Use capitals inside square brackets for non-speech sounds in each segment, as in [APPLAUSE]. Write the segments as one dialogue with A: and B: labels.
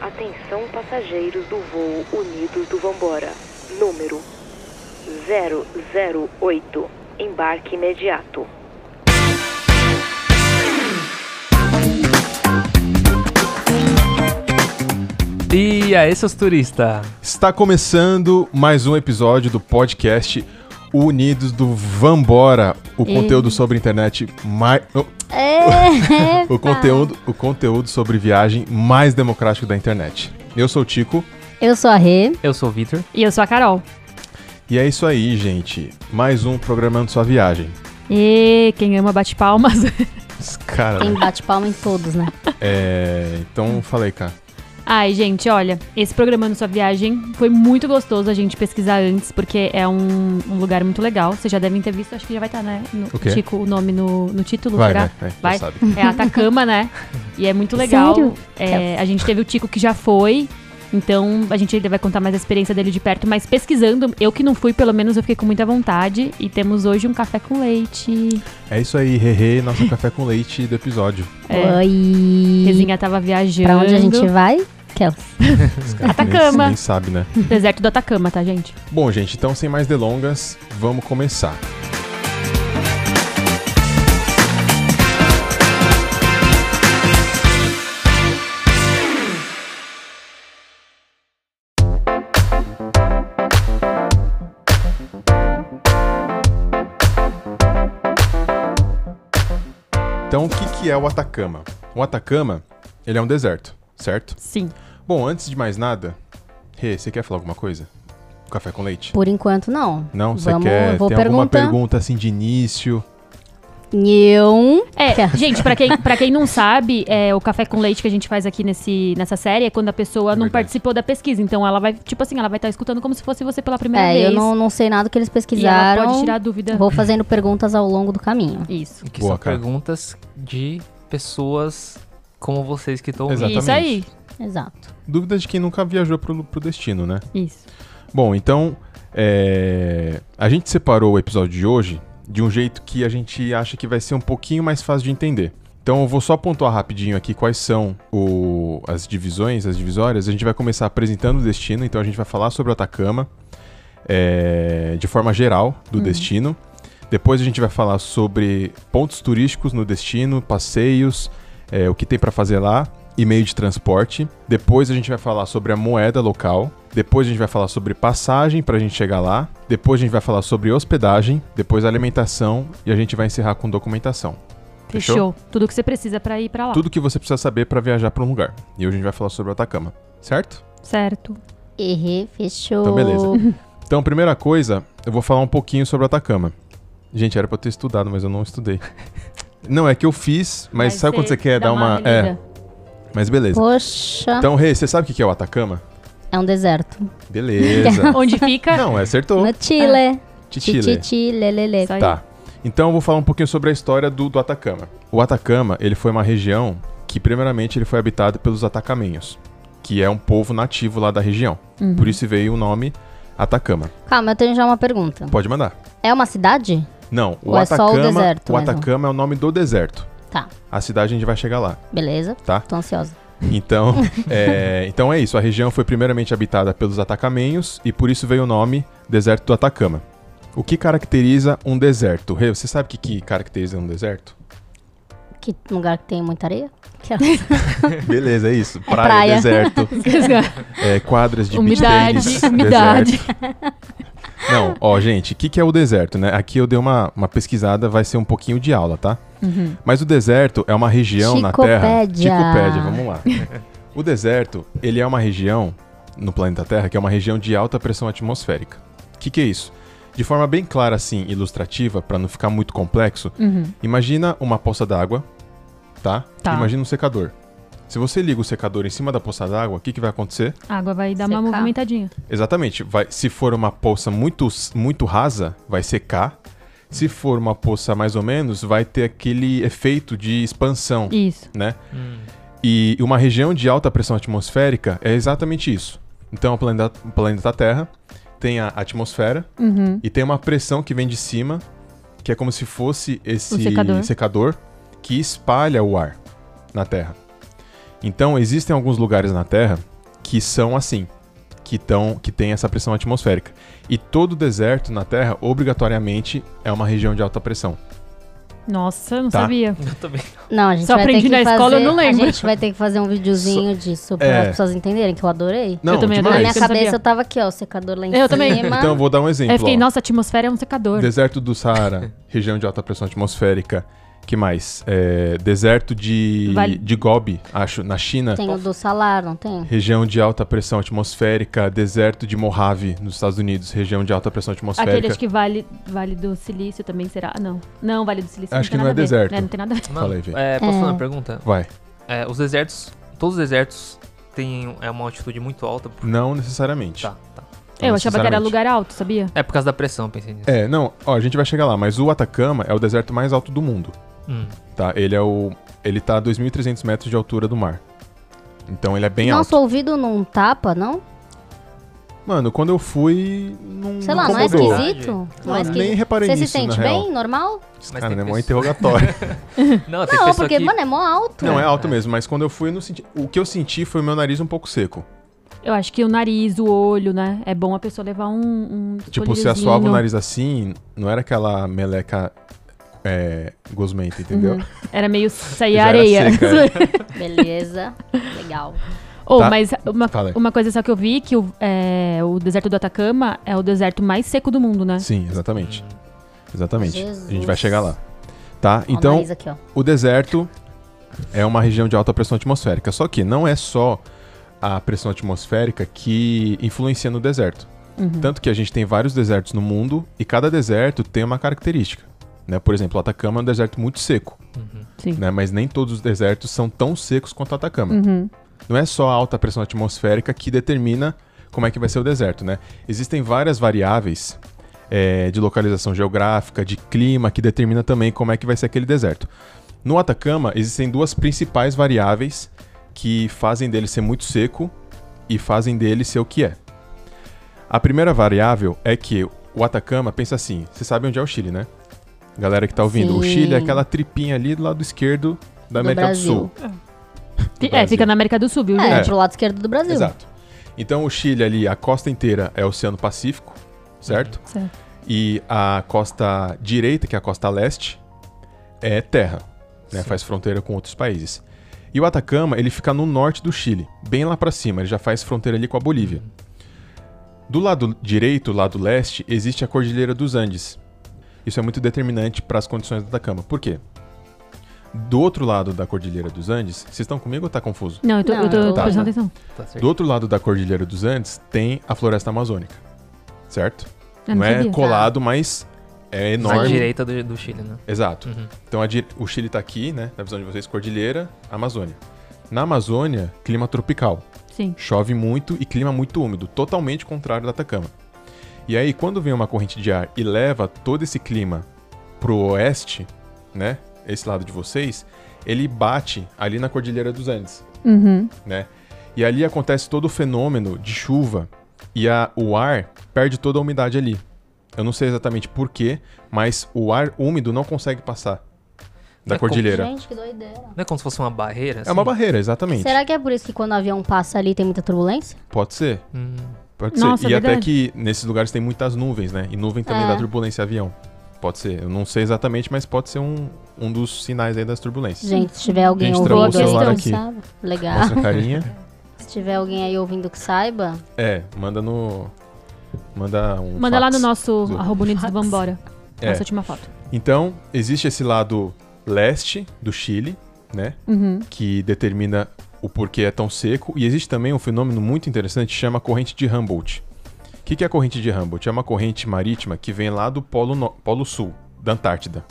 A: Atenção passageiros do voo Unidos do Vambora, número 008, embarque imediato.
B: E aí, seus turistas?
C: Está começando mais um episódio do podcast Unidos do Vambora, o conteúdo sobre internet mais. oh,
D: É,
C: O conteúdo, o conteúdo sobre viagem mais democrático da internet. Eu sou o Tico
D: eu sou a Rê.
B: Eu sou o Vitor.
E: E eu sou a Carol.
C: e é isso aí, gente. Mais um programando sua viagem.
E: E quem ama bate palmas. [LAUGHS]
C: Esse Cara,
D: Quem
C: né?
D: bate palma em todos, né?
C: é. Então falei, cara.
E: Ai, gente, olha, esse programando sua viagem foi muito gostoso a gente pesquisar antes, porque é um, um lugar muito legal. Vocês já devem ter visto, acho que já vai estar, né? No,
C: O quê?
E: Tico, o nome no, no título,
C: Vai,
E: será?
C: vai, vai. já
E: Vai.
C: sabe.
E: [LAUGHS] É Atacama, né? E é muito legal.
D: Sério?
E: É, a gente teve o Tico que já foi. Então, a gente ainda vai contar mais a experiência dele de perto, mas pesquisando, eu que não fui, pelo menos eu fiquei com muita vontade. E temos hoje um café com leite.
C: É isso aí, hehe, nosso café com leite do episódio.
E: É.
D: Oi.
E: Resinha tava viajando.
D: Pra onde a gente vai? Kels.
C: Esse cara nem-
E: Atacama.
C: nem sabe, né?
E: Deserto do Atacama, tá, gente?
C: Bom, gente, então sem mais delongas, vamos começar. Então, o que, que é o Atacama? O Atacama, ele é um deserto, certo?
E: Sim.
C: Bom, antes de mais nada, Rê, você quer falar alguma coisa? Café com leite?
D: Por enquanto, não.
C: Não, você
D: Vamos,
C: quer?
D: eu vou
C: Tem alguma
D: perguntar.
C: pergunta assim de início?
D: Eu.
E: É,
D: [LAUGHS] Quer-
E: gente, pra quem, pra quem não sabe, é, o café com leite que a gente faz aqui nesse, nessa série é quando a pessoa não
C: Verdade.
E: participou da pesquisa. Então ela vai, tipo assim, ela vai estar escutando como se fosse você pela primeira
D: É,
E: vez.
D: eu não, não sei nada que eles
E: e ela
D: pesquisaram.
E: pode tirar dúvida.
D: Vou fazendo perguntas ao longo do caminho.
E: Isso.
B: Que
C: Boa,
B: são
C: cara.
B: perguntas de pessoas como vocês que estão ouvindo.
C: Exatamente.
E: Isso aí.
D: Exato.
C: Dúvida de quem nunca viajou pro, pro destino, né?
E: Isso.
C: Bom, então, é, a gente separou o episódio de hoje de um jeito que a gente acha que vai ser um pouquinho mais fácil de entender. Então, eu vou só pontuar rapidinho aqui quais são o- as divisões, as divisórias. A gente vai começar apresentando o destino, então a gente vai falar sobre o Atacama é, de forma geral do destino. Depois a gente vai falar sobre pontos turísticos no destino, passeios, é, o que tem para fazer lá e meio de transporte. Depois a gente vai falar sobre a moeda local. Depois a gente vai falar sobre passagem para a gente chegar lá. Depois a gente vai falar sobre hospedagem. Depois alimentação e a gente vai encerrar com documentação.
E: Fechou. Tudo que você precisa pra ir pra lá.
C: Tudo que você precisa saber para viajar para um lugar. E hoje a gente vai falar sobre o Atacama, certo?
E: Certo.
D: Errei, fechou.
C: Então, beleza. Então, primeira coisa, eu vou falar um pouquinho sobre o Atacama. Gente, era pra eu ter estudado, mas eu não [LAUGHS] estudei. Não, é que eu fiz, mas
E: Vai
C: sabe quando
E: ser-
C: você quer
E: dá
C: dar uma. É,
E: relida.
C: mas beleza.
D: Poxa,
C: Então, Rei, você sabe o que que é o Atacama?
D: é um deserto.
C: [LAUGHS] Beleza.
E: Onde fica?
C: não, é acertou.
D: No Chile.
C: Tichile.
D: Titi, lelele.
E: Isso aí. [LAUGHS]
C: Tá. Então eu vou falar um pouquinho sobre a história do, do Atacama. O Atacama, ele foi uma região que primeiramente ele foi habitado pelos atacamenhos, que é um povo nativo lá da região.
D: Uhum.
C: Por isso veio o nome Atacama.
D: Calma, eu tenho já uma pergunta.
C: Pode mandar.
D: É uma cidade?
C: Não, o
D: Ou é só o
C: Atacama,
D: deserto
C: o
D: mesmo?
C: Atacama é o nome do deserto.
D: Tá,
C: A cidade a gente vai chegar lá,
D: beleza.
C: tá?
D: Tô ansiosa. [LAUGHS]
C: Então, é, então é isso. A região foi primeiramente habitada pelos atacamenhos e por isso veio o nome Deserto do Atacama. O que caracteriza um deserto? Rê, você sabe o que, que caracteriza um deserto?
D: Que lugar que tem muita areia?
C: Beleza, é isso. Praia,
D: praia.
C: deserto, é, quadras de beach
E: Umidade,
C: tênis,
E: umidade.
C: deserto. Não, ó, gente, o que, que é o deserto, né? Aqui eu dei uma, uma pesquisada, vai ser um pouquinho de aula, tá? Mas o deserto é uma região na Terra...
D: Chicopédia.
C: Chicopédia, vamos lá. o deserto, ele é uma região no planeta Terra que é uma região de alta pressão atmosférica. O que, que é isso? De forma bem clara, assim, ilustrativa, pra não ficar muito complexo, imagina uma poça d'água, tá?
E: Tá.
C: Imagina um secador. Se você liga o secador em cima da poça d'água, o que, que vai acontecer?
E: A água vai dar uma
D: Secar.
E: movimentadinha.
C: Exatamente. Vai, se for uma poça muito, muito rasa, vai secar. Se for uma poça mais ou menos, vai ter aquele efeito de expansão,
E: Isso.
C: né? E uma região de alta pressão atmosférica é exatamente isso. Então, o planeta, o planeta Terra tem a atmosfera
E: Uhum.
C: e tem uma pressão que vem de cima, que é como se fosse esse
E: O secador.
C: secador que espalha o ar na Terra. Então, existem alguns lugares na Terra que são assim, que, tão, que tem essa pressão atmosférica. E todo deserto na Terra, obrigatoriamente, é uma região de alta pressão.
E: Nossa, não
C: Tá.
E: sabia.
B: Eu também.
D: Não, a gente
E: Só
D: vai ter
E: aprendi
D: que
E: na
D: fazer,
E: escola, eu não lembro.
D: A gente vai ter que fazer um videozinho disso pra
C: É.
D: as pessoas entenderem, que eu adorei.
C: Não,
D: Na
E: também adorei.
C: demais.
D: minha
E: Isso eu não
D: cabeça
E: sabia. É,
D: eu tava aqui, ó, o secador lá em
E: Eu
D: cima.
E: também.
C: Então, eu vou dar um exemplo.
E: Aí eu fiquei,
C: ó.
E: nossa, a atmosfera é um secador.
C: Deserto do
E: [LAUGHS]
C: Saara, região de alta pressão atmosférica. Que mais? É, deserto de,
E: Vale-
C: de Gobi, acho, na China.
D: Tem o do salar, não tem?
C: Região de alta pressão atmosférica, deserto de Mojave, nos Estados Unidos, região de alta pressão atmosférica.
E: Aquele acho que vale, vale do Silício também será. Ah, Não, não, Vale do Silício.
C: Acho
E: tem
C: que não é
E: nada a ver.
C: deserto.
E: não tem nada a ver.
B: Não,
C: [LAUGHS] Fala aí, Vi.
B: é, posso fazer
D: É.
B: uma pergunta?
C: Vai.
B: É, os desertos, todos os desertos têm é uma altitude muito alta. Por...
C: Não necessariamente.
B: Tá, tá.
C: Não
E: eu achava que era
C: necessariamente.
E: lugar alto, sabia?
B: É por causa da pressão, eu pensei nisso.
C: É, não, ó, a gente vai chegar lá, mas o Atacama é o deserto mais alto do mundo,
B: Hum.
C: tá? Ele é o. Ele tá a 2.300 metros de altura do mar. Então ele é bem
D: Nosso ouvido não tapa, não?
C: alto. Mano, quando eu fui. Não,
D: Sei lá, não é
C: incomodou.
B: incomodou.
D: esquisito? Não é
C: Eu Ah, nem
D: esquisito.
C: reparei
D: Você se
C: nisso,
D: sente
C: na
D: bem?
C: real.
D: Normal?
B: Mas tem
C: Cara, é mó
B: pessoa- [LAUGHS]
C: interrogatório.
B: Não,
E: Ah,
B: tem
D: Não,
B: pessoa
D: porque,
B: que...
D: mano, é mó alto.
C: não, é alto
B: É.
C: mesmo, mas quando eu fui, eu não senti. O que eu senti foi o meu nariz um pouco seco.
E: Eu acho que o nariz, o olho, né? É bom a pessoa levar um. um
C: Tipo, se
E: colírio
C: assoava o
E: no-
C: nariz assim, não era aquela meleca é, gosmenta, entendeu?
D: Uhum.
E: Era meio sair
C: Já era
E: areia.
C: seca, é.
E: [LAUGHS]
D: Beleza. Legal.
E: Ou,
C: Tá.
E: Oh, mas uma,
C: Fala aí.
E: uma coisa só que eu vi que o, é, o deserto do Atacama é o deserto mais seco do mundo, né?
C: Sim, exatamente. Exatamente. A gente vai
D: Jesus.
C: chegar lá. Tá?
D: Ó,
C: Então,
D: nariz aqui, ó.
C: o deserto é uma região de alta pressão atmosférica. Só que não é só a pressão atmosférica que influencia no deserto.
D: Uhum.
C: Tanto que a gente tem vários desertos no mundo e cada deserto tem uma característica. Né? Por exemplo, o Atacama é um deserto muito seco,
E: Sim.
C: né? mas nem todos os desertos são tão secos quanto o Atacama.
E: Uhum.
C: Não é só a alta pressão atmosférica que determina como é que vai ser o deserto, né? Existem várias variáveis eh, de localização geográfica, de clima, que determina também como é que vai ser aquele deserto. No Atacama, existem duas principais variáveis que fazem dele ser muito seco e fazem dele ser o que é. A primeira variável é que o Atacama, pensa assim, você sabe onde é o Chile, né? Galera que tá ouvindo, o
D: Sim.
C: Chile é aquela tripinha ali do lado esquerdo da
D: Do
C: América
D: Brasil.
C: do Sul.
E: Fi- É,
C: Brasil.
E: fica na América do Sul, viu,
D: É,
E: gente?
D: pro lado esquerdo do Brasil.
C: Exato. Então o Chile ali, a costa inteira é o Oceano Pacífico, certo?
E: Certo.
C: E a costa direita, que é a costa leste, é terra, né? Faz fronteira com outros países. E o Atacama, ele fica no norte do Chile, bem lá pra cima, ele já faz fronteira ali com a Bolívia. Do lado direito, lado leste, existe a Cordilheira dos Andes. Isso é muito determinante para as condições do Atacama. Por quê? Do outro lado da Cordilheira dos Andes, vocês estão comigo ou tá confuso?
E: Não, eu tô,
D: Não,
E: eu tô
D: eu tô-
E: prestando atenção.
B: Tá certo.
C: Do outro lado da Cordilheira dos Andes tem a floresta amazônica, certo?
E: Eu
C: não é
E: sabia. Tá.
C: colado, mas é
B: Na
C: enorme.
B: direita do, do Chile, né?
C: Exato.
B: Uhum.
C: Então a di- o Chile tá aqui, né? Na visão de vocês, Cordilheira, Amazônia. Na Amazônia, clima tropical.
E: Sim.
C: Chove muito e clima muito úmido, totalmente contrário da Atacama. E aí, quando vem uma corrente de ar e leva todo esse clima pro oeste, né? Esse lado de vocês, ele bate ali na Cordilheira dos Andes
E: Uhum.
C: né? E ali acontece todo o fenômeno de chuva e a- o ar perde toda a umidade ali. Eu não sei exatamente porquê, mas o ar úmido não consegue passar da
B: É como- assim.
C: cordilheira.
D: Gente, que doideira.
B: Não é como se fosse uma barreira?
C: É uma barreira, exatamente.
D: Será que é por isso que quando o avião passa ali tem muita turbulência?
C: Pode ser,
E: Hum.
C: pode
E: Nossa,
C: ser.
E: é
C: E até
E: verdade.
C: que nesses lugares tem muitas nuvens, né? E nuvem também
D: É.
C: dá turbulência a avião. Pode ser. Eu não sei exatamente, mas pode ser um, um dos sinais aí das turbulências.
D: Gente, se tiver alguém
C: Gente,
D: ouvindo
E: travou o então,
D: que
E: celular
C: aqui.
D: sabe. Legal.
E: [LAUGHS]
C: Mostra a carinha.
D: Se tiver alguém aí ouvindo que saiba,
C: É, manda no... Manda um
E: Manda lá
C: fax.
E: no nosso
C: Zoom.
E: arroba unidos do Vambora.
C: É.
E: Nossa última foto.
C: Então, existe esse lado leste do Chile, né?
E: Uhum.
C: Que determina o porquê é tão seco. E existe também um fenômeno muito interessante que chama corrente de Humboldt. O que, que é a corrente de Humboldt? É uma corrente marítima que vem lá do Polo, No- Polo Sul, da Antártida.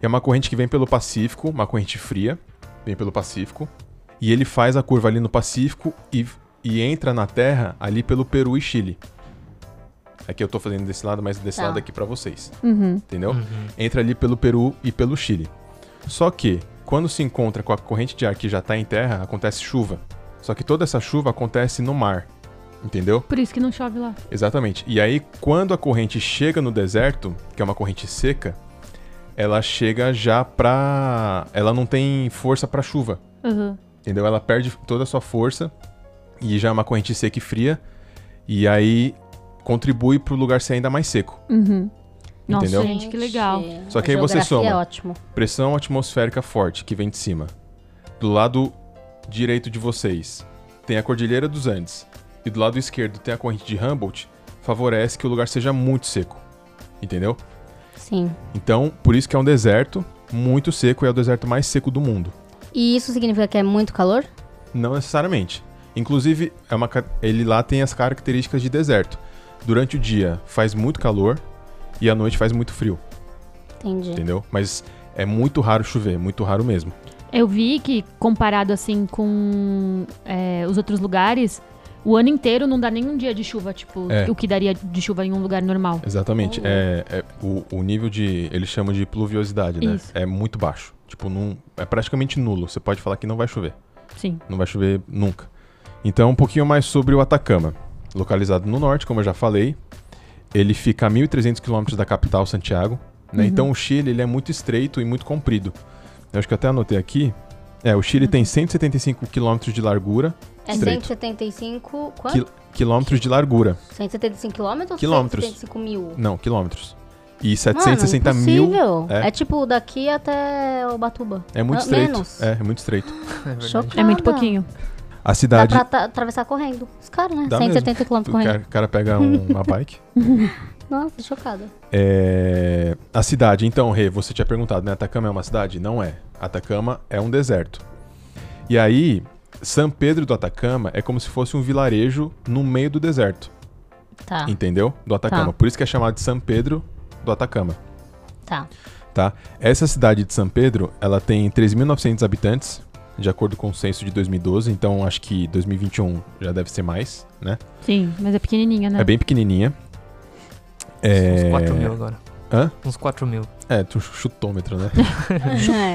C: É uma corrente que vem pelo Pacífico, uma corrente fria, vem pelo Pacífico. E ele faz a curva ali no Pacífico e, e entra na Terra ali pelo Peru e Chile. Aqui eu tô fazendo desse lado, mas desse
D: Tá.
C: lado aqui pra vocês.
E: Uhum.
C: Entendeu? entra ali pelo Peru e pelo Chile. Só que, quando se encontra com a corrente de ar que já está em terra, acontece chuva. Só que toda essa chuva acontece no mar, entendeu?
E: Por isso que não chove lá.
C: Exatamente. E aí, quando a corrente chega no deserto, que é uma corrente seca, ela chega já pra. Ela não tem força pra chuva,
E: Uhum.
C: entendeu? Ela perde toda a sua força E já é uma corrente seca e fria. E aí contribui pro lugar ser ainda mais seco.
E: Uhum. Nossa,
C: Entendeu?
E: gente, que legal.
C: Só que
D: a
C: aí você
D: geografia
C: soma.
D: é ótimo.
C: Pressão atmosférica forte que vem de cima. Do lado direito de vocês tem a Cordilheira dos Andes. E do lado esquerdo tem a corrente de Humboldt. Favorece que o lugar seja muito seco. Entendeu?
D: Sim.
C: Então, por isso que é um deserto muito seco e é o deserto mais seco do mundo.
D: E isso significa que é muito calor?
C: Não necessariamente. Inclusive, é uma ca- ele lá tem as características de deserto. Durante o dia faz muito calor e à noite faz muito frio,
D: Entendi.
C: entendeu? Mas é muito raro chover, muito raro mesmo.
E: Eu vi que, comparado assim com é, os outros lugares, o ano inteiro não dá nenhum dia de chuva, tipo,
C: É.
E: o que daria de chuva em um lugar normal.
C: Exatamente. É, é- o, o nível de. Eles chamam de pluviosidade, né?
E: Isso.
C: É muito baixo. Tipo, não, é praticamente nulo. Você pode falar que não vai chover.
E: Sim.
C: Não vai chover nunca. Então, um pouquinho mais sobre o Atacama. Localizado no norte, como eu já falei. Ele fica a 1.300 quilômetros da capital, Santiago.
D: Uhum.
C: né? Então, o Chile ele é muito estreito e muito comprido. Eu acho que eu até anotei aqui. É, o Chile tem 175 quilômetros de largura.
D: É
C: Estreito.
D: 175. Quanto?
C: Quil- quilômetros de largura.
D: 175 quilômetros?
C: Quilômetros.
D: 175 mil.
C: Não, quilômetros. E
D: Mano,
C: 760 mil.
D: impossível.
C: É.
D: É. tipo daqui até Ubatuba.
C: É muito
D: Ah,
C: estreito.
D: menos.
C: É, é muito estreito.
B: verdade.
D: Chocada.
E: É muito pouquinho.
C: A
D: Dá
C: cidade.
D: pra ta- atravessar correndo. Os caras, né?
C: Dá
D: 170 km
C: O cara,
D: correndo.
C: o cara pega um-
D: [LAUGHS]
C: uma bike.
D: Nossa, chocada.
C: É, A cidade, então, Rê, você tinha perguntado, né? Atacama é uma cidade? Não é. Atacama é um deserto. E aí, São Pedro do Atacama é como se fosse um vilarejo no meio do deserto,
D: Tá,
C: entendeu? Do Atacama.
D: Tá.
C: Por isso que é chamado de São Pedro do Atacama,
D: tá.
C: tá? Essa cidade de São Pedro, ela tem 3.900 habitantes, de acordo com o censo de 2012, então acho que 2021 já deve ser mais, né?
E: Sim, mas é pequenininha, né?
C: É bem pequenininha. É...
B: Uns 4 mil agora.
C: Hã?
B: Uns 4 mil.
C: É, tu chutômetro, né?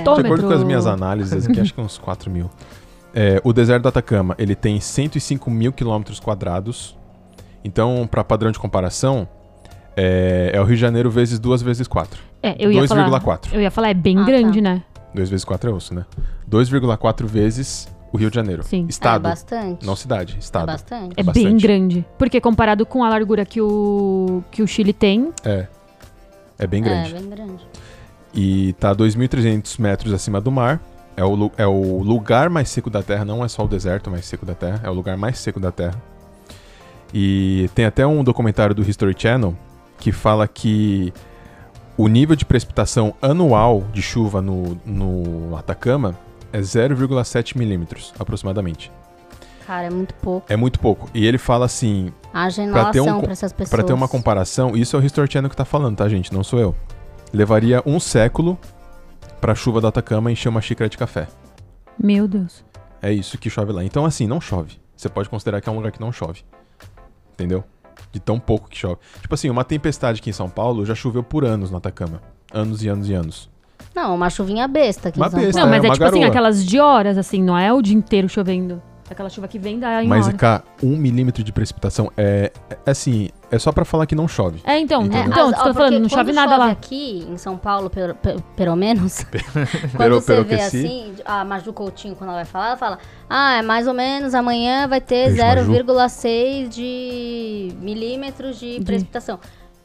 E: Tô-
D: É.
C: De acordo com as
E: Quilômetro.
C: minhas análises aqui, acho que uns 4 mil. É, o deserto do Atacama, ele tem 105 mil quilômetros quadrados. Então, para padrão de comparação, é, é o Rio de Janeiro vezes 2 vezes 4.
E: É, eu ia falar.
C: 2,4.
E: Eu ia falar, é bem
D: Ah,
E: grande, né?
C: 2 vezes 4 é osso, né? 2,4 vezes o Rio de Janeiro.
E: Sim.
C: Estado.
D: É bastante.
C: não cidade,
D: é
C: estado.
D: bastante.
E: É
C: bastante.
E: bem grande. Porque comparado com a largura que o, que o Chile tem,
C: É. É bem grande.
D: É, bem grande.
C: E tá 2.300 metros acima do mar. É o, lu- é o lugar mais seco da Terra, não é só o deserto mais seco da Terra, é o lugar mais seco da Terra. E tem até um documentário do History Channel que fala que o nível de precipitação anual de chuva no, no Atacama é 0,7 milímetros, aproximadamente.
D: Cara, é muito pouco.
C: É muito pouco. E ele fala assim,
D: Haja
C: Pra ter um
D: inalação
C: co-
D: é pra essas pessoas.
C: Pra ter uma comparação, isso é o History Channel que tá falando, tá, gente? Não sou eu. Levaria um século pra chuva do Atacama encher uma xícara de café.
E: meu Deus.
C: É isso que chove lá. Então, assim, não chove. Você pode considerar que é um lugar que não chove. Entendeu? De tão pouco que chove. Tipo assim, uma tempestade aqui em São Paulo já choveu por anos no Atacama. Anos e anos e anos.
D: Não, uma chuvinha besta aqui
C: Uma
D: em São
C: besta,
E: Não,
D: Paulo.
E: mas
C: é
E: é,
C: uma
E: tipo assim,
C: garoa.
E: aquelas de horas, assim, não é o dia inteiro chovendo. Aquela chuva que vem da em
C: Mas,
E: hora.
C: cá, um milímetro de precipitação é, é assim, é só pra falar que não chove.
E: É, então,
C: Entendeu?
E: então,
D: as-
E: você
D: ah, ó,
E: tá falando,
D: porque
E: não chove
D: quando
E: nada lá.
D: aqui em São Paulo, pelo, pe-
C: [LAUGHS]
D: pelo menos,
C: Pero-
D: quando você
C: pero
D: vê
C: que si.
D: assim, a Maju Coutinho, quando ela vai falar, ela fala, ah, é mais ou menos, amanhã vai ter
C: Beijo, Maju.
D: 0,6 de milímetros de precipitação.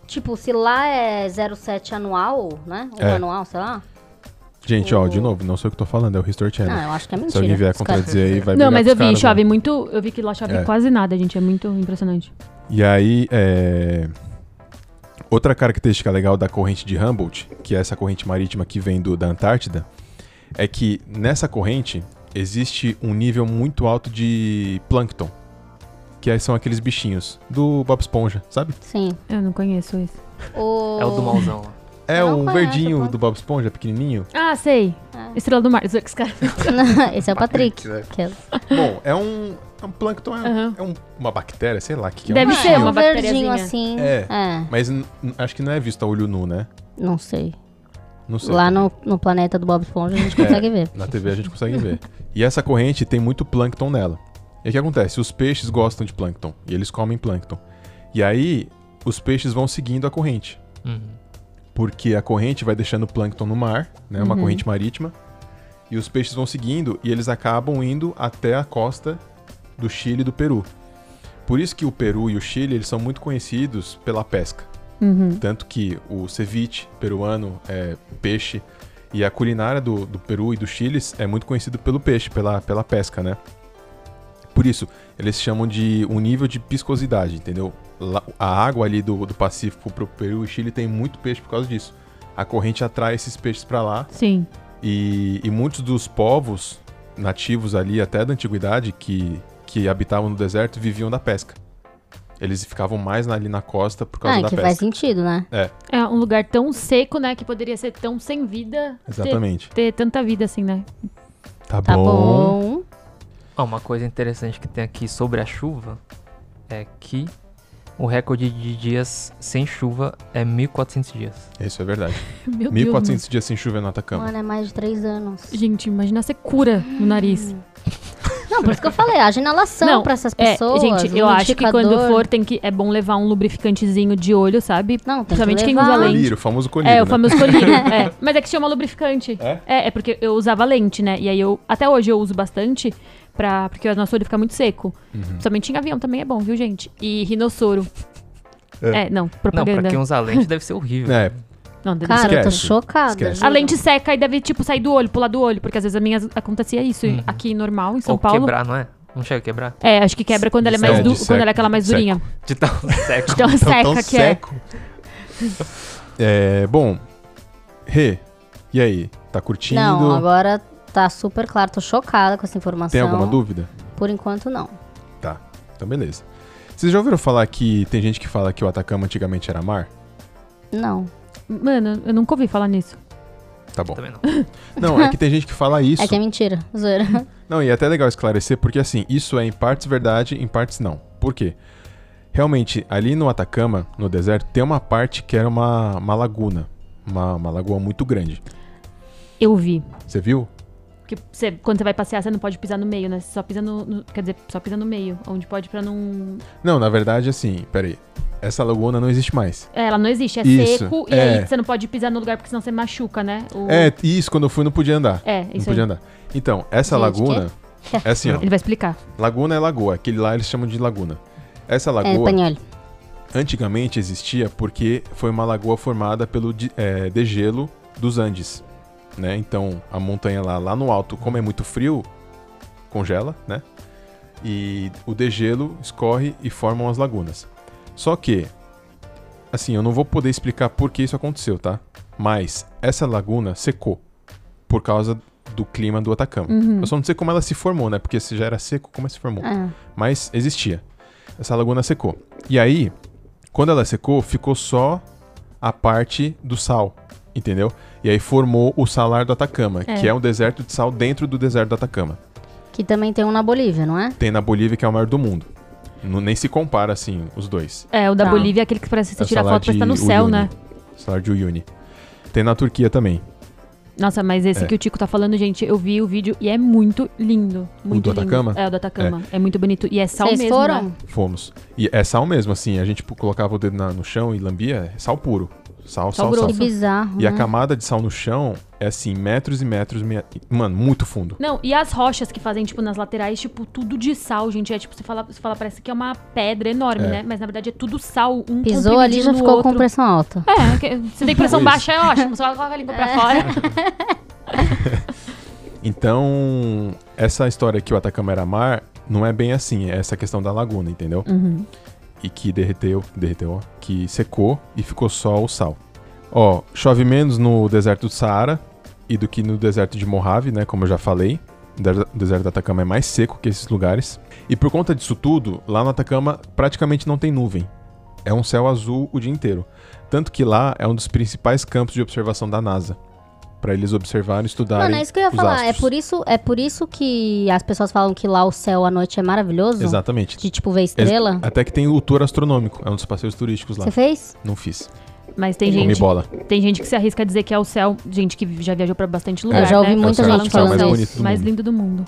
D: Tipo, se lá é 0,7 anual, né? Ou
C: É.
D: anual, sei lá.
C: Gente, ó, de novo, não sou eu que tô falando, é o History Channel.
D: Não, Hum. eu acho que é
C: Se alguém
D: mentira.
C: vier
D: Os caras-
C: contradizer aí, vai brigar
E: Não, mas
C: com
E: eu
C: os
E: vi,
C: caras, né?
E: chove muito. Eu vi que lá chove
C: É.
E: quase nada, gente. É muito impressionante.
C: E aí, é... outra característica legal da corrente de Humboldt, que é essa corrente marítima que vem do, da Antártida, é que nessa corrente existe um nível muito alto de plâncton, que aí são aqueles bichinhos do Bob Esponja, sabe?
D: Sim.
E: Eu não conheço isso.
D: O...
B: É o do mauzão lá.
C: É
D: Não
C: o
D: conheço o
C: verdinho
D: plâncton.
C: do Bob Esponja, pequenininho.
E: Ah, sei.
D: É.
E: Estrela do Mar. [LAUGHS] Esse cara.
D: [LAUGHS] Esse é o Patrick.
C: Patrick, né?
D: que é-
C: Bom, é um, é um plâncton, é, um-
E: Aham.
C: é um- uma bactéria, sei lá o que, que é.
E: Deve
C: um
E: ser
D: é
E: uma
D: um verdinho
E: bacteriazinha.
D: assim.
C: É.
D: É,
C: Mas n- n- acho que não é visto a olho nu, né?
D: não sei.
C: Não sei.
D: Lá
C: também.
D: no, no planeta do Bob Esponja a gente
C: É,
D: consegue ver.
C: Na TV a gente consegue ver. E essa corrente tem muito plâncton nela. E o que acontece? Os peixes gostam de plâncton e eles comem plâncton. E aí, os peixes vão seguindo a corrente.
B: Uhum.
C: Porque a corrente vai deixando plâncton no mar, né? Uma corrente marítima. E os peixes vão seguindo e eles acabam indo até a costa do Chile e do Peru. Por isso que o Peru e o Chile eles são muito conhecidos pela pesca.
E: Uhum.
C: Tanto que o ceviche peruano é peixe. E a culinária do, do Peru e do Chile é muito conhecido pelo peixe, pela, pela pesca, né? Por isso, eles chamam de um nível de piscosidade, entendeu? Lá- A água ali do, do Pacífico pro Peru e Chile tem muito peixe por causa disso. A corrente atrai esses peixes para lá
E: Sim.
C: e, e muitos dos povos nativos ali até da antiguidade que, que habitavam no deserto viviam da pesca. Eles ficavam mais ali na costa por causa
D: Ah,
C: da
D: que
C: pesca.
D: faz sentido, né?
E: É um lugar tão seco, né? Que poderia ser tão sem vida. ter-
C: Exatamente.
E: Ter, tanta vida assim, né?
C: Tá,
D: Tá
C: bom.
D: bom.
B: Ah, uma coisa interessante que tem aqui sobre a chuva é que o recorde de dias sem chuva é 1400 dias.
C: Isso é verdade.
E: Meu Deus,
C: 1400 dias sem chover no Atacama.
D: Mano, é mais de três anos.
E: mano. Gente, imagina a secura no
D: Hum.
E: nariz.
D: Não, por isso que eu falei, haja inalação
E: Não,
D: pra essas
E: É,
D: pessoas.
E: gente,
D: um
E: eu acho que quando
D: liquidificador.
E: for, tem que. É bom levar um lubrificantezinho de olho, sabe?
D: Não, tem
E: Principalmente
D: que
E: quem
D: levar.
E: usa lente.
C: Colírio, o famoso colírio.
E: É, o
C: né?
E: famoso
C: [LAUGHS]
E: colírio. é. Mas é que chama lubrificante.
C: É?
E: é, porque eu usava lente, né? E aí eu. Até hoje eu uso bastante. Pra, porque o nosso olho fica muito seco.
C: Uhum.
E: Principalmente em avião também é bom, viu, gente? E rinossoro. É, não,
B: Não,
E: propaganda.
B: pra quem usa lente deve ser horrível.
C: [LAUGHS] É,
E: Não, deve
D: Cara,
E: ser-
D: eu tô
C: Esquece.
D: chocada.
C: Esquece.
E: A lente seca e deve, tipo, sair do olho, pular do olho. Porque às vezes a minha acontecia isso
C: Uhum.
E: e aqui normal, em São
B: Ou
E: Paulo.
B: quebrar, não é? Não chega a quebrar?
E: É, acho que quebra quando ela é mais
C: É,
E: du...
C: de
E: quando ela
C: seco,
E: é aquela mais
C: seco.
E: durinha.
B: De
E: [LAUGHS]
B: tão seco.
C: [LAUGHS]
E: Então
C: Tão-
E: seca
C: tão
E: que é.
C: seco. É, bom. Rê, e aí? Tá curtindo?
D: Não, agora tá super claro, tô chocada com essa informação.
C: Tem alguma dúvida?
D: Por enquanto, não.
C: Tá. Então, beleza. Vocês já ouviram falar que tem gente que fala que o Atacama antigamente era mar?
D: Não.
E: Mano, eu nunca ouvi falar nisso.
C: Tá bom.
B: Também não.
C: Não, é que tem gente que fala isso.
D: É que é mentira, zoeira.
C: Não, e é até legal esclarecer, porque assim, isso é em partes verdade, em partes não. Por quê? Realmente, ali no Atacama, no deserto, tem uma parte que era uma, uma laguna. Uma, uma lagoa muito grande.
E: Eu vi.
C: Você viu?
E: Porque você- quando você vai passear, você não pode pisar no meio, né? Você só pisa no, no- Quer dizer, só pisa no meio. Onde pode pra não.
C: Não, na verdade, assim, peraí. Essa laguna não existe mais.
E: É, ela não existe, é
C: Isso,
E: seco
C: é.
E: e aí você não pode pisar no lugar porque senão você machuca, né? O-
C: É, isso, quando eu fui não podia andar.
E: É,
C: não
E: isso aí.
C: podia andar. Então, essa
D: Gente,
C: laguna. É assim, ó.
E: [LAUGHS] Ele vai explicar.
C: Laguna é lagoa. Aquele lá eles chamam de laguna. Essa
D: [LAUGHS] É
E: tá
C: lagoa
D: espanhol.
C: antigamente existia porque foi uma lagoa formada pelo de- eh, degelo dos Andes. Né? Então, a montanha lá, lá no alto, como é muito frio, congela, né? E o degelo escorre e formam as lagunas. Só que, assim, eu não vou poder explicar por que isso aconteceu, tá? Mas essa laguna secou por causa do clima do Atacama. Eu só não sei como ela se formou, né? Porque se já era seco, como ela se formou?
D: É.
C: mas existia. Essa laguna secou. E aí, quando ela secou, ficou só a parte do sal, entendeu? E aí formou o salar do Atacama,
E: É.
C: que é um deserto de sal dentro do deserto do Atacama.
D: Que também tem um na Bolívia, não é?
C: Tem na Bolívia, que é o maior do mundo. Não, nem se compara, assim, os dois.
E: É, o da
D: Tá.
E: Bolívia é aquele que parece que você
C: É o
E: tira a
C: salar
E: foto, parece que tá
C: de
E: no céu,
C: Uyuni.
E: né?
C: Salar de Uyuni. Tem na Turquia também.
E: Nossa, mas esse
C: É.
E: que o Tico tá falando, gente, eu vi o vídeo e é muito lindo. Muito
C: do
E: lindo.
C: Atacama?
E: É, o do Atacama. É, muito bonito. E é sal
D: Vocês
E: mesmo.
D: foram?
E: né?
C: Fomos. E é sal mesmo, assim. A gente tipo, colocava o dedo na- no chão e lambia. É sal puro. Sal, sal,
E: Sal
C: sal.
E: grosso. Uhum.
D: Que bizarro.
C: E a
D: né?
C: camada de sal no chão é assim, metros e metros. me- Mano, muito fundo.
E: Não, e as rochas que fazem, tipo, nas laterais, tipo, tudo de sal, gente. É tipo, você fala, você fala parece que é uma pedra enorme,
C: É.
E: né? Mas na verdade é tudo sal. Um
D: Pisou ali
E: comprimidinho
D: já
E: no
D: ficou
E: outro.
D: com pressão alta.
E: É, que- você tem pressão
C: Isso.
E: baixa, é ótimo. Só coloca a língua
D: É.
E: pra
D: [LAUGHS]
E: fora.
C: Então, essa história que o Atacama era mar não é bem assim. É essa questão da laguna, entendeu? E que derreteu, derreteu, ó, que secou e ficou só o sal. Ó, chove menos no deserto do Saara e do que no deserto de Mojave, né? Como eu já falei. O des- deserto do Atacama é mais seco que esses lugares. E por conta disso tudo, lá no Atacama praticamente não tem nuvem. É um céu azul o dia inteiro. Tanto que lá é um dos principais campos de observação da NASA. Pra eles observarem, estudarem.
D: Mano, é isso que eu ia
C: os
D: falar. É
C: astros.
D: por, isso, é por isso que as pessoas falam que lá o céu à noite é maravilhoso?
C: Exatamente.
D: De tipo ver
C: Ex-
D: estrela?
C: Até que tem o tour astronômico. É um dos passeios turísticos lá.
D: Você fez?
C: Não fiz.
E: Mas tem
C: Comi
E: gente,
C: bola.
E: tem gente que se arrisca a dizer que é o céu. Gente que já viajou pra bastante lugar.
D: Eu já ouvi
E: né?
D: muita
E: Falam
D: gente
E: que é o
D: falando
E: céu
D: isso.
C: bonito do
E: mais
C: mundo.
E: lindo do mundo.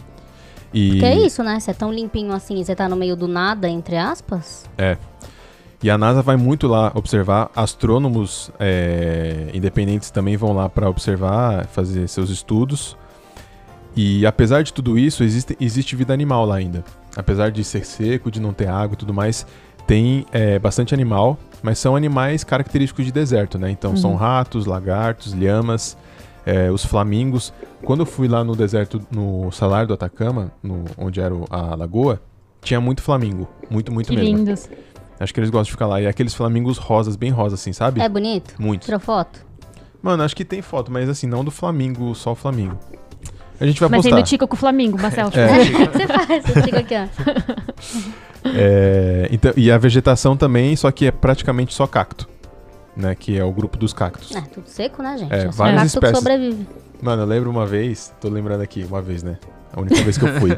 C: E,
D: Que é isso, né? Você é tão limpinho assim e você tá no meio do nada, entre aspas?
C: e a NASA vai muito lá observar. Astrônomos é, independentes também vão lá pra observar, fazer seus estudos. E apesar de tudo isso, existe, existe vida animal lá ainda. Apesar de ser seco, de não ter água e tudo mais, tem é, bastante animal, mas são animais característicos de deserto, né? Então são ratos, lagartos, lhamas, é, os flamingos. Quando eu fui lá no deserto, no salário do Atacama, no- onde era o- a lagoa, tinha muito flamingo. Muito, muito
E: Que
C: mesmo.
E: lindos.
C: Acho que eles gostam de ficar lá. E aqueles flamingos rosas, bem rosas, assim, sabe?
D: É bonito?
C: Muitos.
D: Tirou foto?
C: Mano, acho que tem foto, mas assim, não do Flamingo, só o Flamingo. A gente vai
E: Mas tem
C: postar.
E: do Tico com o Flamengo, Marcelo.
C: É.
D: Você faz, você fica aqui,
C: [LAUGHS]
D: ó.
C: É, então, e a vegetação também, só que é praticamente só cacto. Né, que é o grupo dos cactos.
D: É, tudo seco, né, gente?
C: É,
D: só
C: várias
D: cacto que
C: espécies.
D: sobrevive.
C: Mano, eu lembro uma vez, tô lembrando aqui, uma vez, né? A única vez que eu
E: [LAUGHS]
C: fui.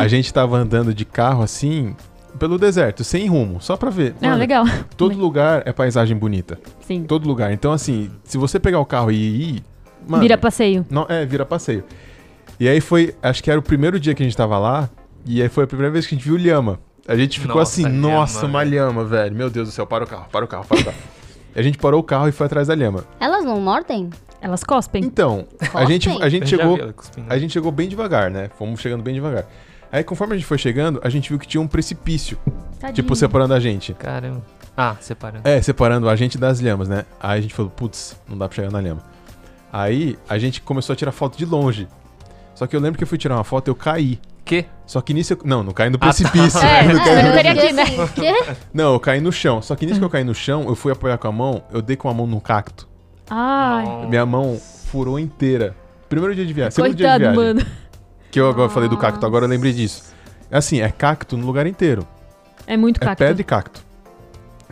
C: a gente tava andando de carro assim, pelo deserto, sem rumo, só pra ver.
E: Ah,
C: Mano,
E: legal.
C: Todo lugar é paisagem bonita.
E: Sim.
C: Todo lugar. Então, assim, se você pegar o carro e ir. Mano,
E: Vira passeio.
C: Não, é, vira passeio. E aí foi, acho que era o primeiro dia que a gente tava lá, e aí foi a primeira vez que a gente viu lhama. A gente ficou
B: Nossa,
C: assim,
B: lhama, né?"
C: nossa, uma
B: velho."
C: lhama, velho. Meu Deus do céu, para o carro, para o carro, para o carro. a gente parou o carro e foi atrás da lhama.
D: Elas não mordem?
E: Elas cospem.
C: Então, a
D: Nossa,
C: gente,
D: hein?
C: a gente
B: já
C: chegou,
B: vi ela cuspindo.
C: a gente chegou bem devagar, né? Fomos chegando bem devagar. Aí conforme a gente foi chegando, a gente viu que tinha um precipício, tipo separando a gente.
B: Caramba. Ah, separando.
C: É, separando a gente das lhamas, né? Aí a gente falou, putz, não dá pra chegar na lhama. Aí a gente começou a tirar foto de longe. Só que eu lembro que eu fui tirar uma foto e eu caí.
B: Que?
C: Só que nisso eu... Não, não caí no
B: tá.
C: precipício.
E: É,
C: né?
E: é,
C: não, caí
D: Ah,
E: mas
C: no...
E: não teria aqui, né?
C: [LAUGHS]
D: Quê?
C: não, eu caí no chão. Só que nisso que eu caí no chão, eu fui apoiar com a mão, eu dei com a mão num cacto.
E: Ai.
B: Nossa.
C: Minha mão furou inteira. Primeiro dia de viagem. Segundo dia de
E: Coitado,
C: viagem.
E: mano.
C: Que eu agora falei do cacto, agora eu lembrei disso. Assim, é cacto no lugar inteiro.
E: É muito
C: É
E: cacto.
C: pedra e cacto.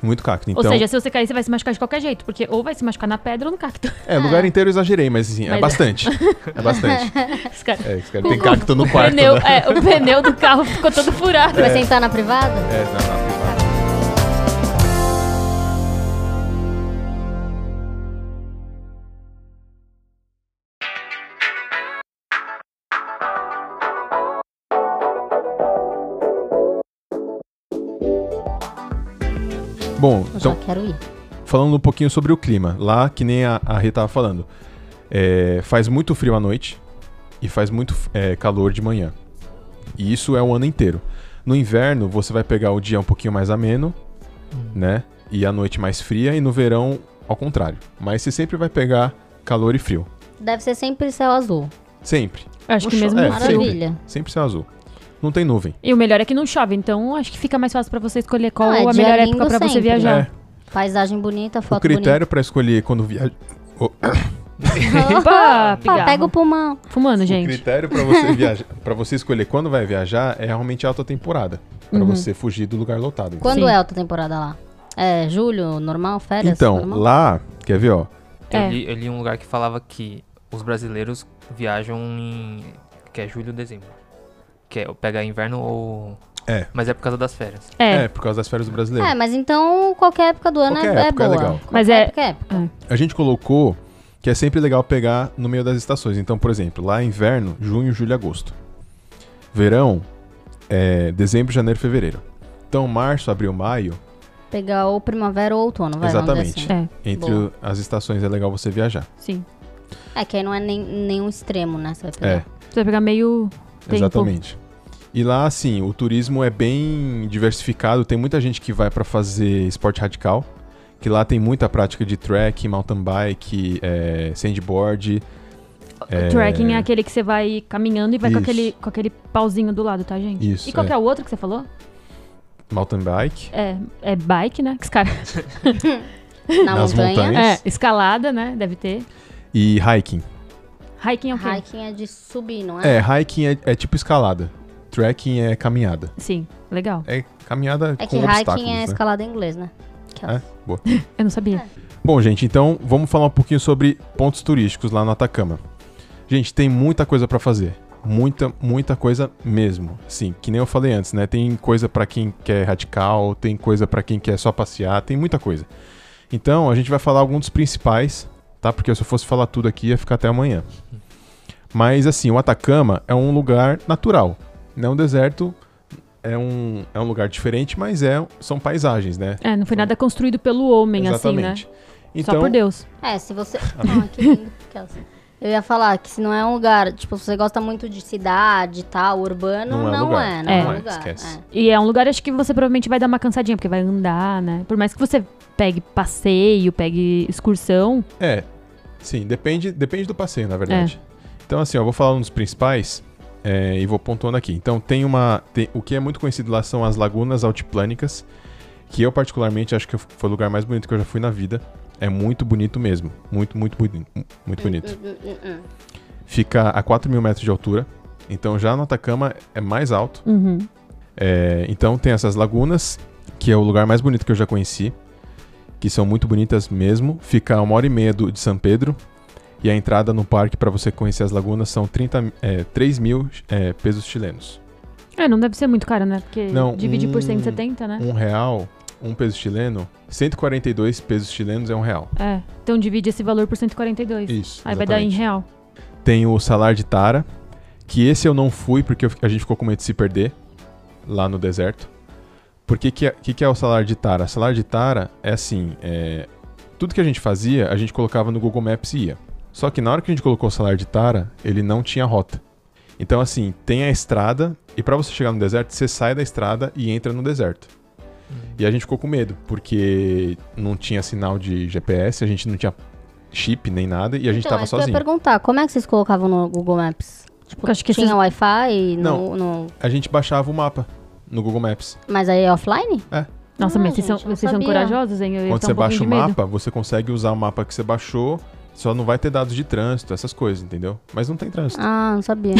C: Muito cacto. Então,
E: Ou seja, se você cair, você vai se machucar de qualquer jeito. Porque ou vai se machucar na pedra ou no cacto. [LAUGHS]
C: é, lugar inteiro eu exagerei, mas assim, é
E: Mas- [LAUGHS]
C: bastante. É bastante.
E: Os caras-
C: É, esse cara tem cacto no quarto,
E: pneu,
C: né?
E: é, o pneu do carro ficou todo furado.
D: Vai sentar na privada?
C: É, não, não, não. Bom,
D: Eu
C: então
D: já quero ir.
C: falando um pouquinho sobre o clima. Lá, que nem a, a Rita tava falando, é, faz muito frio à noite e faz muito é, calor de manhã. E isso é o ano inteiro. No inverno, você vai pegar o dia um pouquinho mais ameno, né? E a noite mais fria, e no verão, ao contrário. Mas você sempre vai pegar calor e frio.
D: Deve ser sempre céu azul.
C: Sempre.
E: Acho que
C: Não cho-
E: mesmo
C: é,
E: no
C: sempre.
E: frio.
D: Maravilha.
C: Sempre céu azul. Não tem nuvem.
E: E o melhor é que não chove, então acho que fica mais fácil pra você escolher qual
D: Não, é
E: a
D: dia
E: melhor
D: lindo
E: época pra você
D: sempre.
E: viajar.
C: É,
D: Paisagem bonita,
C: o
D: foto
C: critério pra escolher quando viaja.
D: bonita.
E: Opa,
D: [LAUGHS] Pá,
E: pigarro.
D: pega o pulmão.
E: Fumando,
C: O
E: gente.
C: critério para você [LAUGHS] viajar, para você escolher quando vai viajar é realmente a alta temporada, Pra você fugir do lugar lotado.
D: Quando
E: Sim.
D: é a alta temporada lá? É julho, normal, férias?
C: então,
D: normal?
C: lá, quer ver, ó,
E: É.
B: Eu, li, eu li um lugar que falava que os brasileiros viajam em. que é julho ou dezembro. Que é pegar inverno ou.
C: É.
B: Mas é por causa das férias.
E: É.
C: é, por causa das férias do brasileiro.
D: É, mas então qualquer época do ano é-
C: Qualquer
D: é,
C: época é
D: boa.
C: legal.
E: Mas
D: Qualquer
E: é-
D: época época.
C: A gente colocou que é sempre legal pegar no meio das estações. Então, por exemplo, lá é inverno, junho, julho, agosto. Verão é dezembro, janeiro, fevereiro. Então, março, abril, maio,
D: Pegar ou primavera ou outono, vai vamos dizer
C: Exatamente.
E: É,
C: entre
D: Boa.
C: as estações é legal você viajar.
E: sim.
D: assim. É que aí não é nem, nenhum extremo, né? Você vai pegar.
C: É.
E: Você vai pegar meio tempo.
C: Exatamente. E lá, assim, o turismo é bem diversificado. Tem muita gente que vai pra fazer esporte radical, que lá tem muita prática de track, mountain bike, é, sandboard.
E: O Tracking é aquele que você vai caminhando e vai com
C: Isso.
E: aquele, com aquele pauzinho do lado, tá, gente?
C: Isso,
E: E qual
C: é.
E: que é o outro que você falou?
C: Mountain bike.
E: É, é bike, né? Que os caras-
D: Na
C: Nas
D: montanha.
C: montanhas.
E: [LAUGHS] É, escalada, né? Deve ter.
C: E hiking.
E: Hiking é o quê?
D: Hiking é de subir, não é?
C: É, hiking é, é tipo escalada. Trekking é caminhada.
E: Sim, legal.
C: É caminhada
D: É
C: com
D: que hiking
C: obstáculos,
D: é
C: né?
D: escalada em inglês, né?
C: É, boa.
E: Eu não sabia.
C: Bom, gente, então vamos falar um pouquinho sobre pontos turísticos lá no Atacama. Gente, tem muita coisa pra fazer. Muita, muita coisa mesmo. Sim, que nem eu falei antes, né? Tem coisa pra quem quer radical, tem coisa pra quem quer só passear, tem muita coisa. Então, a gente vai falar alguns dos principais, tá? Porque se eu fosse falar tudo aqui ia ficar até amanhã. Mas assim, o Atacama é um lugar natural, né? Um deserto é um, é um lugar diferente, mas é, são paisagens, né?
E: É, não foi nada construído pelo homem, assim, né?
C: Exatamente. Então,
E: Só por Deus.
D: [LAUGHS] É, se você. Não, é que lindo. Aquelas. Eu ia falar que se não é um lugar, tipo, se você gosta muito de cidade e tal, urbano,
C: Não é um
D: não,
C: lugar.
D: é, não
E: É.
D: é,
E: Não
D: um
C: é,
D: lugar.
C: esquece.
D: é.
E: E é um lugar, acho que você provavelmente vai dar uma cansadinha, porque vai andar, né? Por mais que você pegue passeio, pegue excursão,
C: É, sim, depende, depende do passeio, na verdade. Então, assim, ó, vou falar um dos principais é, e vou pontuando aqui. Então, tem uma. tem- o que é muito conhecido lá são as lagunas altiplânicas, que eu, particularmente, acho que foi o lugar mais bonito que eu já fui na vida. É muito bonito mesmo. Muito, muito, muito, muito bonito.
D: Hum, hum, hum, hum.
C: Fica a 4 mil metros de altura. Então, já no Atacama é mais alto.
E: uhum.
C: É, então tem essas lagunas, que é o lugar mais bonito que eu já conheci, que são muito bonitas mesmo. Fica a uma hora e meia do- de São Pedro. E a entrada no parque para você conhecer as lagunas são 30, é, 3 mil é, pesos chilenos.
E: É, não deve ser muito caro, né? Porque
C: Não,
E: divide por
C: um-
E: 170, né?
C: Um real, um peso chileno, 142 pesos chilenos é um real.
E: É. Então divide esse valor por 142.
C: Isso.
E: Aí vai dar em
C: exatamente.
E: real.
C: Tem o Salar de Tara, que esse eu não fui porque eu fi- a gente ficou com medo de se perder lá no deserto. Porque que, é- que, que é o Salar de Tara? Salar de Tara é assim, é, tudo que a gente fazia, a gente colocava no Google Maps e ia. Só que na hora que a gente colocou o Salar de Tara, ele não tinha rota. Então assim, tem a estrada e pra você chegar no deserto, você sai da estrada e entra no deserto. E a gente ficou com medo, porque não tinha sinal de GPS, a gente não tinha chip nem nada e a gente
D: então,
C: tava
D: isso que Eu ia
C: sozinho.
D: perguntar, como é que vocês colocavam no Google Maps? Tipo,
E: Eu acho que
D: tinha
E: esses-
D: Wi-Fi
C: Não.
D: no, no-
C: a gente baixava o mapa no Google Maps.
D: Mas aí é offline?
E: Nossa,
D: Ah,
E: mas vocês,
D: gente,
E: são,
D: eu não
E: vocês são
D: sabia.
E: corajosos, hein? Eu ia
C: Quando
E: ficar
C: você
E: um pouquinho
C: baixa o
E: de [LAUGHS] medo.
C: mapa, você consegue usar o mapa que você baixou, só não vai ter dados de trânsito, essas coisas, entendeu? Mas não tem trânsito.
D: Ah, não sabia.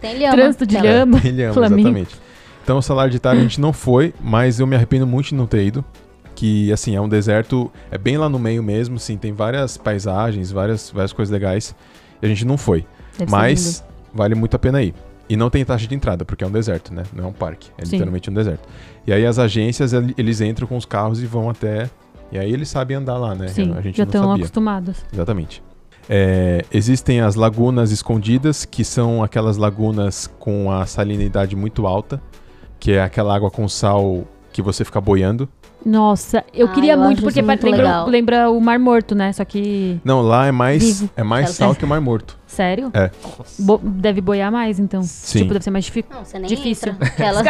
D: Tem lhama.
E: Trânsito de
D: Tá.
E: lhama. Ah, ama,
C: É, [LAUGHS] ele ama,
E: Flamingo.
C: exatamente. Então o salário de tarde a gente não foi, mas eu me arrependo muito de não ter ido. Que, assim, é um deserto, é bem lá no meio mesmo, assim, tem várias paisagens, várias, várias coisas legais. E a gente não foi.
E: Deve ser lindo.
C: Mas vale muito a pena ir. E não tem taxa de entrada, porque é um deserto, né? Não é um parque. É
E: Sim.
C: literalmente um deserto. E aí as agências, el- eles entram com os carros e vão até. E aí eles sabem andar lá, né?
E: Sim,
C: a gente
E: já
C: não
E: estão
C: sabia.
E: acostumados.
C: Exatamente. É, existem as lagunas escondidas, que são aquelas lagunas com a salinidade muito alta, que é aquela água com sal que você fica boiando.
E: Nossa, eu
D: Ah,
E: queria
D: eu
E: muito,
D: acho
E: porque
D: isso
E: pa-
D: muito
E: lembra,
D: legal.
E: lembra o Mar Morto, né? Só que,
C: Não, lá é mais,
E: Vivo.
C: é mais sal que o Mar Morto.
E: sério?
B: Nossa.
E: Bo- deve boiar mais, então.
C: Sim.
E: Tipo, deve ser mais difícil.
D: Não, você nem
E: Difícil.
D: entra. Aquelas...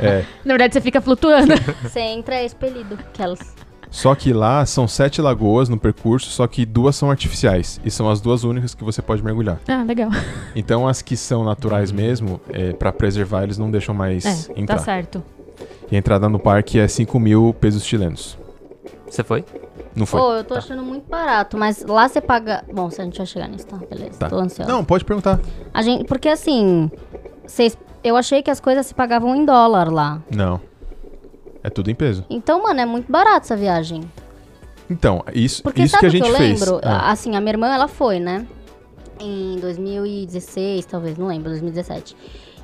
C: É.
E: Na verdade, você fica
C: [LAUGHS]
E: flutuando.
D: você entra é expelido. Aquelas...
C: Só que lá são sete lagoas no percurso, só que duas são artificiais. E são as duas únicas que você pode mergulhar.
E: ah, legal.
C: Então as que são naturais mesmo, é, para preservar, eles não deixam mais
E: É, tá
C: entrar.
E: certo.
C: e a entrada no parque é 5 mil pesos chilenos.
B: Você foi?
C: Não foi?
D: Pô, eu tô achando muito barato, mas lá você paga... Bom, a gente vai chegar nisso, tá? Beleza,
C: Tá.
D: tô ansiosa.
C: Não, pode perguntar.
D: A gente... Porque assim, vocês... eu achei que as coisas se pagavam em dólar lá.
C: Não. É tudo em peso.
D: Então, mano, é muito barato essa viagem.
C: Então, isso,
D: Porque
C: isso
D: sabe
C: que a
D: o que
C: gente
D: eu
C: fez.
D: lembro?
C: Ah,
D: A- Assim, a minha irmã, ela foi, né? Em 2016, talvez, não lembro, 2017.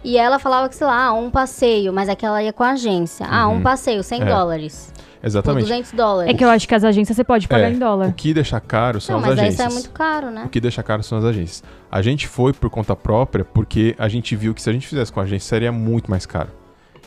D: E ela falava que, sei lá, ah, um passeio, mas é que ela ia com a agência. Ah, um passeio, 100
C: É.
D: dólares. Por
C: exatamente.
D: 200 dólares.
E: É que eu acho que as agências você pode pagar
C: É,
E: em
C: O
E: dólar.
C: que deixa caro são
D: Não,
C: as
D: mas aí
C: agências.
D: isso é muito caro, né?
C: O que deixa caro são as agências. A gente foi por conta própria porque a gente viu que se a gente fizesse com a agência seria muito mais caro.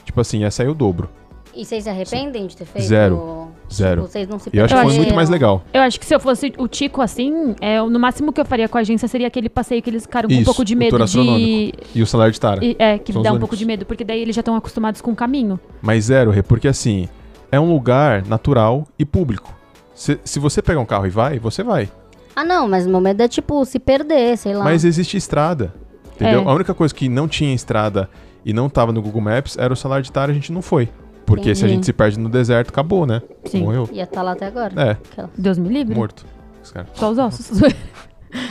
C: Tipo assim, ia sair o dobro.
D: E vocês se arrependem de ter feito? Tipo,
C: Zero. Zero.
D: Vocês não se
C: E eu acho que foi
E: achei-
C: muito mais
D: perderam?
C: legal.
E: Eu acho que se eu fosse o Tico assim, é, no máximo que eu faria com a agência seria aquele passeio que eles ficaram com um
C: Isso,
E: pouco de
C: o
E: medo
C: tour
E: de.
C: astronômico. E o salário de Tara.
E: e- é, que
C: São os
E: dá um
C: únicos.
E: pouco de medo, porque daí eles já estão acostumados com o caminho.
C: Mas zero, Rê, porque assim, é um lugar natural e público. Se, se você pegar um carro e vai, você vai.
D: Ah, não, mas meu medo é, tipo, se perder, sei lá.
C: Mas existe estrada. Entendeu?
E: É.
C: A única coisa que não tinha estrada e não tava no Google Maps era o salário de Tara, a gente não foi. Porque se a
D: Entendi.
C: gente se perde no deserto, acabou, né?
E: Sim. Uhum.
C: Morreu.
D: Ia estar lá até agora.
C: É,
D: Aquela-
E: Deus me livre.
C: morto. Esse cara.
E: Só os ossos.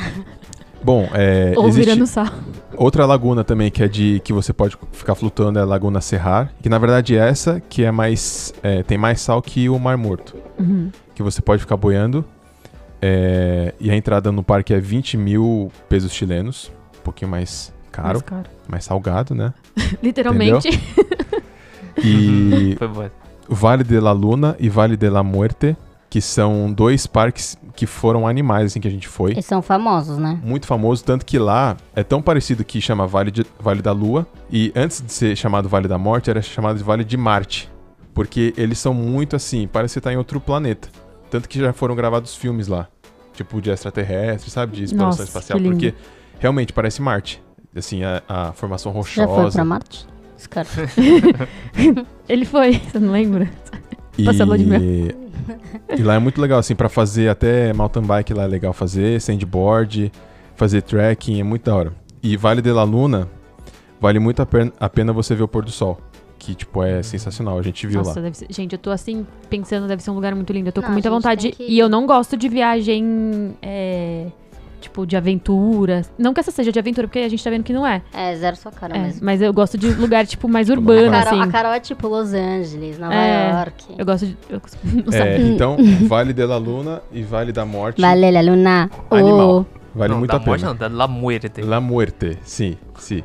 E: [LAUGHS]
C: Bom, é,
E: Ou
C: existe
E: virando sal.
C: outra laguna também que é de que você pode ficar flutuando, é a Laguna Serrar, que na verdade é essa que é mais é, tem mais sal que o Mar Morto.
E: Uhum.
C: que você pode ficar boiando. É, e a entrada no parque é 20 mil pesos chilenos. Um pouquinho mais caro,
E: Mas caro.
C: mais salgado, né?
E: Literalmente.
B: [LAUGHS]
C: E
E: [LAUGHS]
B: Foi boa.
C: Vale de la Luna e Vale de la Muerte, que são dois parques que foram animais, assim, que a gente foi.
D: Eles são famosos, né?
C: Muito famoso, tanto que lá é tão parecido que chama Vale, de- vale da Lua. E antes de ser chamado Vale da Morte, era chamado de Vale de Marte. Porque eles são muito assim, parece que você tá em outro planeta. Tanto que já foram gravados filmes lá. tipo de extraterrestre, sabe? De exploração
E: Nossa,
C: espacial.
E: que lindo.
C: Porque realmente parece Marte. Assim, a, a formação
D: Já foi pra
C: rochosa.
D: Marte? Esse cara.
E: [LAUGHS] Ele foi, você não lembra?
C: e...
E: passar a lua de
C: e lá é muito legal, assim, pra fazer até mountain bike lá é legal fazer, sandboard, fazer trekking, é muito da hora. E Vale de la Luna, vale muito a pen- a pena você ver o pôr do sol. Que, tipo, é sensacional. A gente viu lá.
E: Uhum. Nossa, deve ser- gente, eu tô assim, pensando, deve ser um lugar muito lindo. Eu tô com
D: Não,
E: muita
D: a gente
E: vontade.
D: tem que-
E: E eu não gosto de viagem, é, tipo, de aventura. Não que essa seja de aventura, porque a gente tá vendo que não é.
D: É, zero sua cara
E: É,
D: mesmo.
E: mas eu gosto de lugar, tipo, mais
C: Tipo,
E: urbano,
C: Nova
D: Carol-
E: assim.
D: a Carol é tipo Los Angeles, Nova
E: É.
D: York.
E: Eu gosto de. Eu gosto- [LAUGHS] não
C: É,
E: sabe.
C: então, Vale de la Luna e Vale da Morte. Vale,
D: Vale la luna.
C: Animal.
D: Oh.
B: não,
C: muito
B: da
C: a pena.
B: morte não, da La Muerte.
C: La Muerte, sim, sim.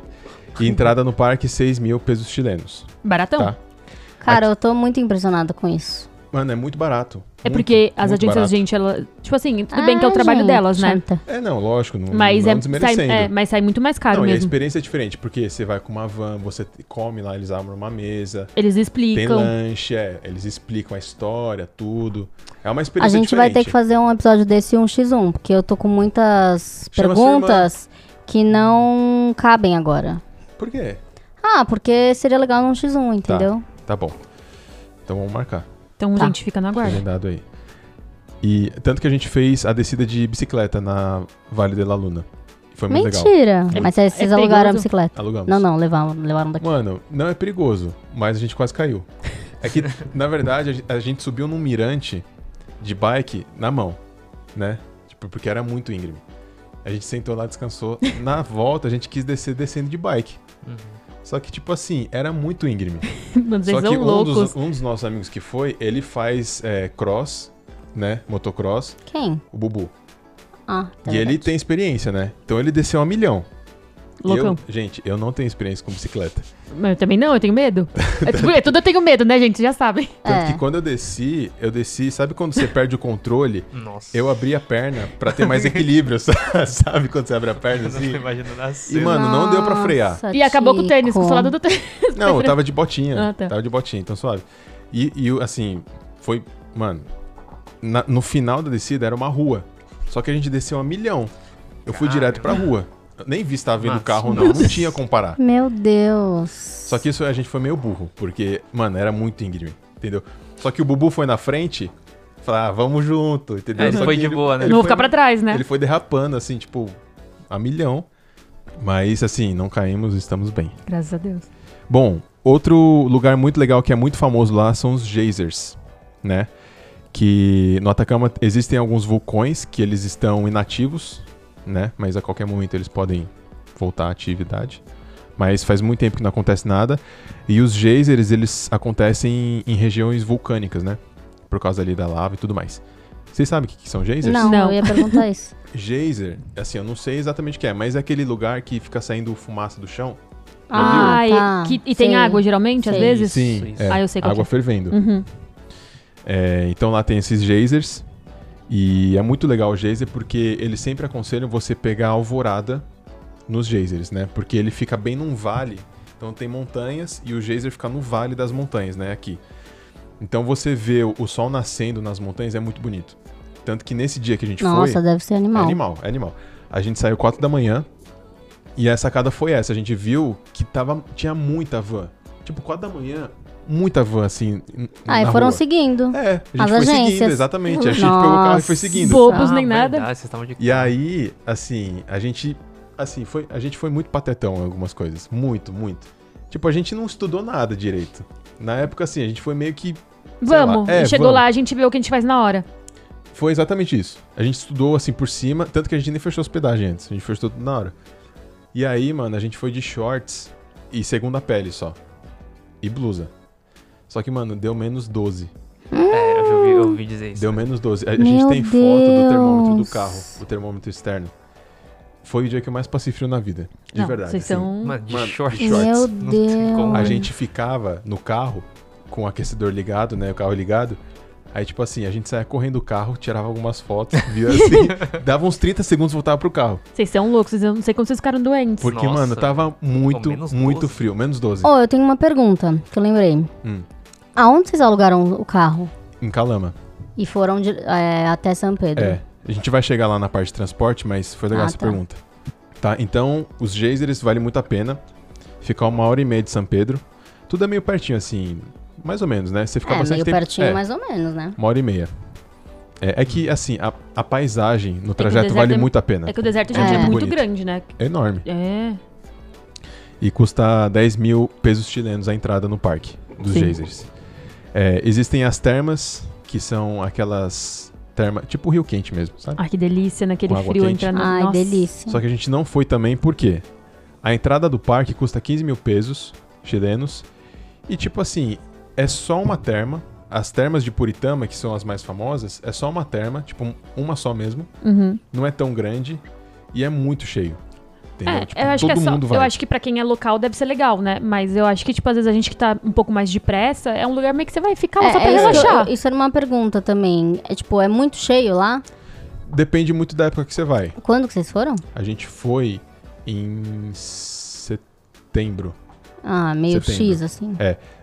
E: Uhum.
C: E entrada no parque, 6 mil pesos chilenos.
E: Baratão.
C: Tá.
D: Cara, eu tô muito impressionada com isso.
C: Mano, é muito barato.
E: É
C: muito,
E: porque as
C: muito
E: agências,
C: barato.
E: gente, ela. Tipo assim, tudo bem que é o
D: Ah,
E: trabalho
D: gente,
E: delas, né?
D: chata.
C: É, não, lógico, não,
E: Mas,
C: não
E: é,
C: desmerecendo.
E: sai, é, mas sai muito mais caro
C: não, e a
E: mesmo.
C: experiência é diferente, porque você vai com uma van, você t- come lá, eles abrem uma mesa,
E: Eles
C: tem
E: explicam.
C: lanche, é, eles explicam a história, tudo. É uma
D: A
C: experiência
D: gente vai ter que
C: diferente.
D: fazer um episódio desse um x 1 porque eu tô com muitas
C: Chama sua
D: perguntas que não cabem agora.
C: Por quê?
D: Ah, porque seria legal num X1, entendeu?
C: Tá bom. Então vamos marcar,
E: Então,
D: Tá.
E: gente, fica na guarda.
C: agendado aí. E tanto que a gente fez a descida de bicicleta na Vale de la Luna. Foi muito legal.
D: Mentira! Mas vocês
E: é perigoso?
D: alugaram a bicicleta.
C: Alugamos.
D: Não, não, levaram, levaram daqui.
C: Mano, não é perigoso, mas a gente quase caiu. É
E: [LAUGHS]
C: que, na verdade, a gen- a gente subiu num mirante de bike na mão, né? Tipo, porque era muito íngreme. A gente sentou lá, descansou.
E: [LAUGHS]
C: Na volta, a gente quis descer descendo de bike. Só que, tipo assim, era muito íngreme.
E: [LAUGHS] Mano, Uhum. vocês
C: Só
E: são
C: que um
E: loucos.
C: dos, um dos nossos amigos que foi, ele faz é, cross, né? Motocross,
D: Quem?
C: o Bubu.
D: Ah, tá
C: E ele
D: verdade.
C: tem experiência, né? Então ele desceu a milhão.
E: Loucão.
C: Eu, gente, eu não tenho experiência com bicicleta.
E: Mas eu também não, eu tenho medo. É, tipo, é tudo eu tenho medo, né, gente? Vocês já sabem.
C: Tanto
D: É.
C: que quando eu desci, eu desci, sabe quando você perde o controle?
B: [LAUGHS] Nossa.
C: Eu abri a perna pra ter mais equilíbrio, [LAUGHS] sabe quando você abre a perna assim?
B: imaginando
C: E, mano, não deu pra frear.
D: Nossa,
E: E acabou com o tênis,
D: Tico.
E: com o solado do tênis.
C: Não, eu tava de botinha.
E: Ah, tá.
C: Tava de botinha, então suave. E, e eu, assim, foi. Mano, na- no final da descida era uma rua. Só que a gente desceu a milhão. Eu fui
B: Caramba.
C: direto pra rua. Eu nem vi se tava vindo
B: Nossa.
C: carro ou não. Não tinha como parar.
D: Meu Deus.
C: Só que isso a gente foi meio burro, porque, mano, era muito íngreme, entendeu? Só que o Bubu foi na frente, falar, ah, vamos junto, entendeu?
B: É, ele
C: Só
B: foi de
C: que
B: boa, né?
E: Não vou
C: foi-
E: ficar pra trás, né?
C: Ele foi derrapando, assim, tipo, a milhão. Mas, assim, não caímos, estamos bem.
E: Graças a Deus.
C: Bom, outro lugar muito legal que é muito famoso lá são os geysers, né? Que no Atacama existem alguns vulcões que eles estão inativos, né? Mas a qualquer momento eles podem voltar à atividade. Mas faz muito tempo que não acontece nada. E os geysers, eles acontecem em, em regiões vulcânicas, né? Por causa ali da lava e tudo mais. Vocês sabem o que, que são geysers?
D: Não,
E: Não.
D: eu ia perguntar isso.
C: [LAUGHS] Geyser, assim, eu não sei exatamente o que é, mas é aquele lugar que fica saindo fumaça do chão.
D: Ah,
E: Ai,
D: tá.
E: que- e tem
D: Sei.
E: água, geralmente, às
D: Sei.
E: vezes?
C: Sim,
B: isso.
C: é,
E: Ah, eu sei qual
C: água
E: que
C: fervendo.
E: Uhum.
C: É, então lá tem esses geysers. E é muito legal o geyser porque eles sempre aconselham você pegar a alvorada nos geysers, né? Porque ele fica bem num vale. Então tem montanhas e o geyser fica no vale das montanhas, né? Aqui. Então você vê o o sol nascendo nas montanhas é muito bonito. Tanto que nesse dia que a gente foi.
D: Nossa, deve ser
C: É
D: animal.
C: animal, é animal. A gente saiu 4 da manhã e a sacada foi essa. A gente viu que tava, tinha muita van. Tipo, 4 da manhã, muita van, assim. n-
D: Aí
C: na
D: Ah, foram
C: rua.
D: seguindo.
C: É, a gente
D: As
C: foi seguindo,
D: agências.
C: exatamente. A gente pegou o carro e foi
D: Nossa.
C: seguindo.
E: Bobos nem nada.
B: Ah, Vocês estavam de
C: E aí, assim, a gente. Assim, foi, a gente foi muito patetão em algumas coisas. Muito, muito. Tipo, a gente não estudou nada direito. Na época, assim, a gente foi meio que. sei
E: Vamos.
C: lá. É,
E: e chegou
C: vamos.
E: lá, a gente vê o que a gente faz na hora.
C: Foi exatamente isso. A gente estudou assim por cima, tanto que a gente nem fechou hospedagem antes, a gente fechou tudo na hora. E aí, mano, a gente foi de shorts e segunda pele só. E blusa. Só que, mano, deu menos 12.
B: É, eu já ouvi, eu ouvi dizer isso.
C: Deu menos 12. A, a
D: Meu
C: gente tem foto do termômetro do
D: Deus.
C: carro, o termômetro externo. Foi o dia que eu mais passei frio na vida. De
E: não,
C: verdade.
E: Vocês
C: assim.
E: são.
B: Mano, de
C: Mano,
B: short.
C: short. Shorts.
D: Meu
B: Não tem como.
D: Deus.
C: A gente ficava no carro com o aquecedor ligado, né? O carro ligado. Aí, tipo assim, a gente saia correndo do carro, tirava algumas fotos, via
D: [LAUGHS]
C: assim, dava uns 30 segundos e voltava pro carro.
E: Vocês são loucos, vocês- eu não sei como vocês ficaram doentes.
C: Porque,
B: Nossa,
C: mano, tava muito,
B: Pô, menos
C: muito
B: 12.
C: frio. Menos 12.
D: Oh, eu tenho uma pergunta que eu lembrei.
C: é. Hum.
D: Aonde vocês alugaram o carro?
C: Em Calama.
D: E foram de- é, até São Pedro?
C: É. A gente vai chegar lá na parte de transporte, mas foi legal
D: Ah,
C: essa
D: tá.
C: pergunta. Tá, então os geysers vale muito a pena. Ficar uma hora e meia de São Pedro. Tudo é meio pertinho, assim. Mais ou menos, né? Você fica
D: É,
C: bastante
D: meio
C: tempo.
D: pertinho,
C: é,
D: mais ou menos, né?
C: Uma hora e meia. É, é que, assim, a, a paisagem no trajeto
E: deserto
C: vale
E: é-
C: muito a pena.
E: É que o deserto
D: É
E: já é,
D: muito
E: muito
C: bonito.
E: grande, né?
C: É enorme.
E: É.
C: E custa 10 mil pesos chilenos a entrada no parque dos
E: Sim.
C: geysers. É, existem as termas, que são aquelas termas. Tipo Rio Quente mesmo, sabe?
E: Ai, que delícia, naquele
C: Com água
E: frio
C: quente.
E: entrar no.
D: Ai,
E: Nossa.
D: delícia.
C: Só que a gente não foi também porque a entrada do parque custa 15 mil pesos chilenos. E tipo assim, é só uma terma. As termas de Puritama, que são as mais famosas, é só uma terma, tipo um- uma só mesmo.
E: Uhum.
C: Não é tão grande e é muito cheio. Entendeu?
E: É,
C: Tipo,
E: eu acho que é
C: todo
E: só.
C: mundo vai.
E: Eu acho que pra quem é local deve ser legal, né? Mas eu acho que, tipo, às vezes a gente que tá um pouco mais depressa, é um lugar meio que você vai ficar lá só pra
D: é, isso que eu-
E: relaxar.
D: isso era uma pergunta também. É tipo, é muito cheio lá?
C: Depende muito da época que você vai.
D: Quando que vocês foram?
C: A gente foi em setembro.
D: Ah, meio
C: Setembro.
D: X, assim.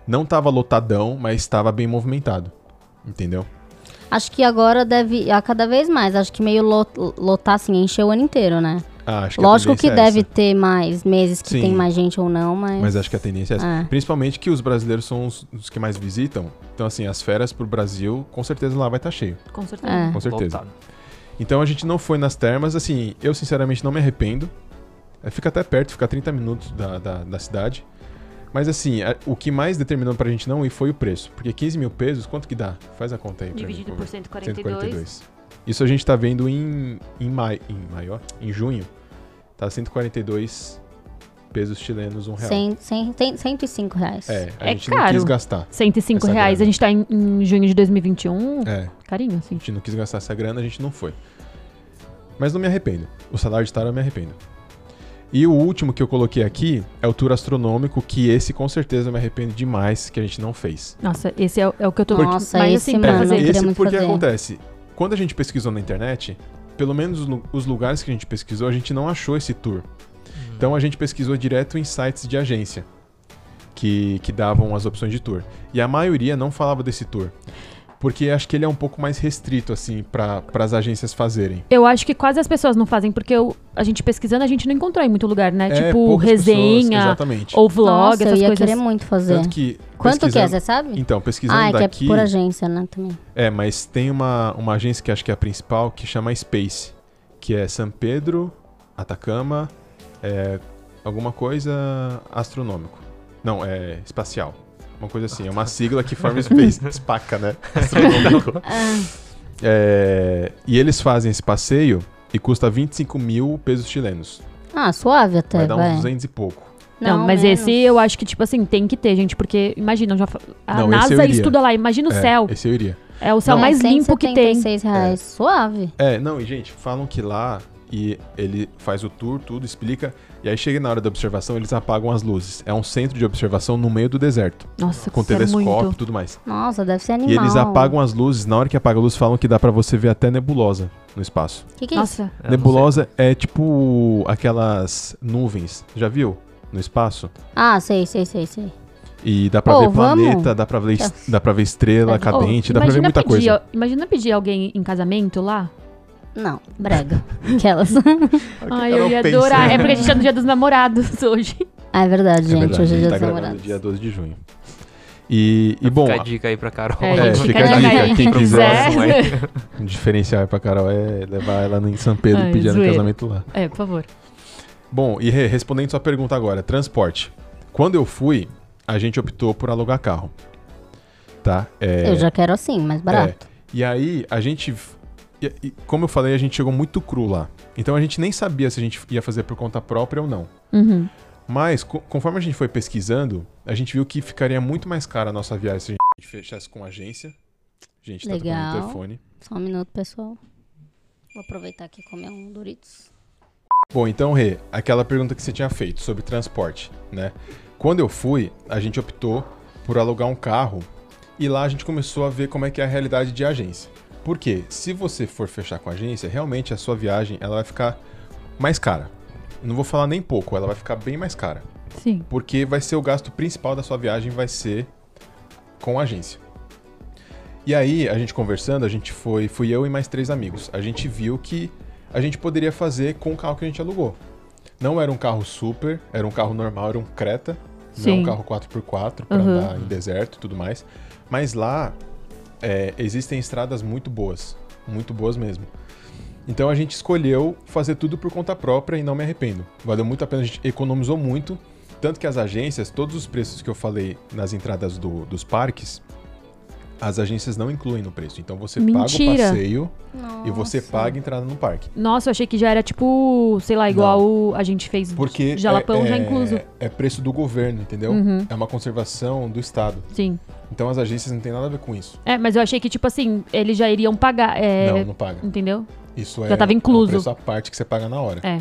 C: Não tava lotadão, mas tava bem movimentado. Entendeu?
D: Acho que agora deve. A cada vez mais. Acho que meio lo- lotar, assim, encher o ano inteiro, né?
C: Ah, acho a
D: Lógico que
C: tendência é
D: deve
C: essa.
D: ter mais meses que
C: Sim.
D: tem mais gente ou não, mas.
C: Mas acho que a tendência é essa.
D: É.
C: Principalmente que os brasileiros são os, os que mais visitam. Então, assim, as férias pro Brasil, com certeza lá vai estar cheio.
E: Com certeza.
D: É.
C: Com certeza.
B: Lotado.
C: Então a gente não foi nas termas, assim, eu sinceramente não me arrependo. É, Fica até perto, fica a 30 minutos da, da, da cidade. Mas assim, a- o que mais determinou pra gente não ir foi o preço. Porque 15 mil pesos, quanto que dá? Faz a conta aí. pra mim,
E: Dividido por
C: favor.
E: 142.
C: Isso a gente tá vendo em, em, mai, em maio, ó, em junho. Tá 142 pesos chilenos, um real.
D: Cem- cem- cem- 105 reais.
C: É, a
E: É
C: gente não
E: caro.
C: quis gastar.
E: 105
C: Essa
E: reais.
C: grana.
E: A gente tá em, em junho de 2021.
C: É,
E: Carinho,
C: a
E: assim.
C: gente não quis gastar essa grana, a gente não foi. Mas não me arrependo. O salário de Tara eu me arrependo. E o último que eu coloquei aqui é o tour astronômico, que esse com certeza eu me arrependo demais que a gente não fez.
E: Nossa, esse é, o- é o que eu tô
D: Nossa,
E: mais
D: esse,
E: assim pra
D: mano,
E: fazer.
D: eu queria
C: esse
D: muito
C: porque
D: fazer.
C: acontece. Quando a gente pesquisou na internet, pelo menos os lu- os lugares que a gente pesquisou, a gente não achou esse tour. Então a gente pesquisou direto em sites de agência que, que davam as opções de tour. E a maioria não falava desse tour. Porque acho que ele é um pouco mais restrito, assim, para as agências fazerem.
E: Eu acho que quase as pessoas não fazem, porque eu- a gente pesquisando, a gente não encontrou em muito lugar,
C: É,
E: né? tipo,
C: poucas pessoas,
E: resenha,
C: exatamente.
E: ou vlog,
D: Nossa, eu
E: essas
D: ia
E: coisas.
D: querer muito fazer.
C: Tanto que.
D: Quanto que é,
C: pesquisando-
D: você sabe?
C: Então, pesquisando
D: ah, é que é
C: daqui.
D: por agência, né? Também.
C: É, mas tem uma, uma agência que acho que é a principal que chama Space, que é San Pedro, Atacama, é, alguma coisa astronômico. Não, é espacial. Uma coisa assim, é uma sigla que forma Space, [LAUGHS] espaca, né? Astronômico. É, e eles fazem esse passeio e custa 25 mil pesos chilenos.
D: Ah, suave até,
C: Vai
D: vai.
C: dar uns 200 e pouco.
E: Não, mas
D: menos.
E: esse eu acho que, tipo assim, tem que ter, gente, porque imagina, eu já fa- a
C: Não, esse eu
E: NASA
C: iria.
E: estuda lá, imagina o
C: é,
E: céu.
C: Esse eu iria.
E: É o céu
D: É,
E: mais limpo que tem.
D: 176 reais. Suave.
C: É, não, e gente, falam que lá e ele faz o tour, tudo, explica, e aí chega na hora da observação, eles apagam as luzes. É um centro de observação no meio do deserto,
E: Nossa,
C: com
E: isso é
C: telescópio e
E: muito.
C: tudo mais.
D: Nossa, deve ser animal.
C: E eles apagam as luzes, na hora que apaga a luz, falam que dá pra você ver até nebulosa no espaço.
D: O que, que é isso?
E: Nossa,
B: Eu não
C: nebulosa é tipo aquelas nuvens, já viu? No espaço.
D: Ah, sei, sei, sei, sei.
C: E dá pra
D: Pô,
C: ver
D: vamos? Tá.
C: planeta, dá pra ver, es-
D: Nossa.
C: dá pra ver estrela, cadente,
E: Oh,
C: tá dá pra ver
E: imagina
C: muita
E: pedir,
C: coisa.
E: ó, Imagina pedir alguém em casamento lá.
D: Não,
C: [LAUGHS]
D: brega. Aquelas. [LAUGHS]
C: cara
E: Ai, eu ia
C: pensa,
E: adorar.
C: né?
E: É porque a gente tá no dia dos namorados [LAUGHS] hoje.
D: ah, é verdade, gente.
C: verdade,
D: hoje
C: a
D: é
C: gente
D: dia
C: tá
D: dos
C: gravando
D: namorados.
C: dia 12 de junho. E, e bom,
B: Fica a dica aí pra Carol.
E: É,
C: É,
E: gente,
C: fica
E: a
C: a
E: dica
C: dica.
E: aí.
C: Quem quiser.
B: Próximo aí.
C: Um diferencial pra Carol é levar ela em São Pedro
E: Ai,
C: e pedir ela em
E: zoeira.
C: casamento lá.
E: É, por favor.
C: Bom, e re- respondendo sua pergunta agora, transporte. Quando eu fui, a gente optou por alugar carro. Tá? É,
D: Eu já quero assim, mais barato.
C: E aí, a gente. f- e- e como eu falei, a gente chegou muito cru lá. Então a gente nem sabia se a gente ia fazer por conta própria ou não.
E: Uhum.
C: Mas, co- conforme a gente foi pesquisando, a gente viu que ficaria muito mais cara a nossa viagem se a gente fechasse com agência. Gente, tá tocando
D: Legal.
C: o telefone.
D: Só um minuto, pessoal. Vou aproveitar aqui e comer um Doritos.
C: Bom, então, Rê, aquela pergunta que você tinha feito sobre transporte, né? Quando eu fui, a gente optou por alugar um carro e lá a gente começou a ver como é que é a realidade de agência. Por quê? Se você for fechar com a agência, realmente a sua viagem ela vai ficar mais cara. Não vou falar nem pouco, ela vai ficar bem mais cara.
E: Sim.
C: Porque vai ser o gasto principal da sua viagem, vai ser com a agência. E aí, a gente conversando, a gente foi, fui eu e mais três amigos. A gente viu que a gente poderia fazer com o carro que a gente alugou. Não era um carro super, era um carro normal, era um Creta, não
E: Sim.
C: um carro 4x4 para
E: Uhum.
C: andar em deserto e tudo mais. Mas lá é, existem estradas muito boas, muito boas mesmo. Então a gente escolheu fazer tudo por conta própria e não me arrependo. Valeu muito a pena, a gente economizou muito. Tanto que as agências, todos os preços que eu falei nas entradas do- dos parques, as agências não incluem no preço. Então você paga o
E: Mentira.
C: passeio
D: Nossa.
C: e você paga a entrada no parque.
E: Nossa, eu achei que já era tipo, sei lá, igual o- a gente fez
C: Porque
E: Jalapão
C: é,
E: já
C: é-
E: incluso. Uhum.
C: é preço do governo, entendeu? É uma conservação do Estado.
E: Sim.
C: Então as agências não têm nada a ver com isso.
E: É, mas eu achei que, tipo assim, eles já iriam pagar. é,
C: Não, não paga.
E: Entendeu?
C: Isso
E: Já
C: é
E: tava incluso.
C: é um preço à parte que você paga na hora.
E: É.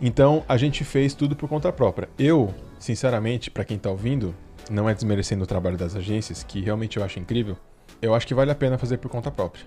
C: Então a gente fez tudo por conta própria. Eu, sinceramente, pra quem tá ouvindo, não é desmerecendo o trabalho das agências, que realmente eu acho incrível, eu acho que vale a pena fazer por conta própria.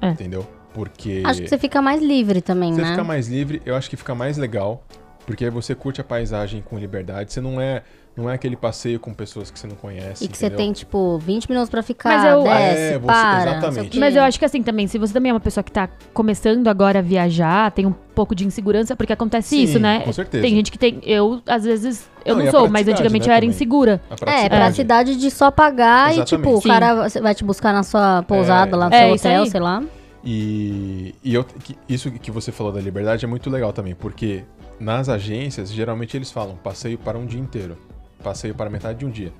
E: É.
C: Entendeu? Porque
D: Acho que você fica mais livre também,
C: você
D: né?
C: fica mais livre, eu acho que fica mais legal, porque aí você curte a paisagem com liberdade, você não é não é aquele passeio com pessoas que você não conhece,
D: E que você
C: assim, entendeu?
D: tem, tipo, 20 minutos pra ficar,
E: Mas eu-
D: desce,
C: É, você-
D: para.
C: exatamente.
D: não sei o quê.
E: Mas eu acho que assim também, se você também é uma pessoa que tá começando agora a viajar, tem um pouco de insegurança, porque acontece
C: Sim,
E: isso, né?
C: com certeza.
E: Tem gente que tem. Eu, às vezes, eu
C: Não,
E: não,
C: e a
E: sou, mas
C: praticidade,
E: antigamente
C: né,
E: eu era
C: também.
E: insegura.
C: A
D: É,
C: praticidade.
D: praticidade de só pagar e, tipo,
C: Exatamente.
D: o
E: Sim.
D: cara vai te buscar na sua pousada,
C: É.
D: lá no
E: É,
D: seu
E: isso
D: hotel,
E: aí.
D: sei lá.
C: E, e eu- que- isso que você falou da liberdade é muito legal também, porque nas agências, geralmente eles falam passeio para um dia inteiro, passeio para metade de um dia.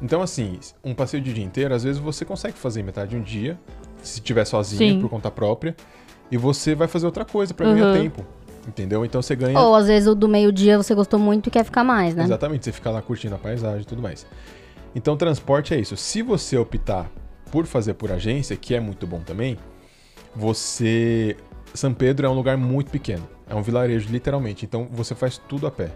C: Então, assim, um passeio de dia inteiro, às vezes você consegue fazer em metade de um dia, se tiver sozinho,
E: Sim.
C: por conta própria, e você vai fazer outra coisa para ganhar
E: Uhum.
C: tempo, entendeu? Então você ganha...
D: Ou às vezes o do meio-dia você gostou muito e quer ficar mais, né?
C: Exatamente, você fica lá curtindo a paisagem e tudo mais. Então, transporte é isso. Se você optar por fazer por agência, que é muito bom também, você. São Pedro é um lugar muito pequeno. É um vilarejo, literalmente. Então, você faz tudo a pé.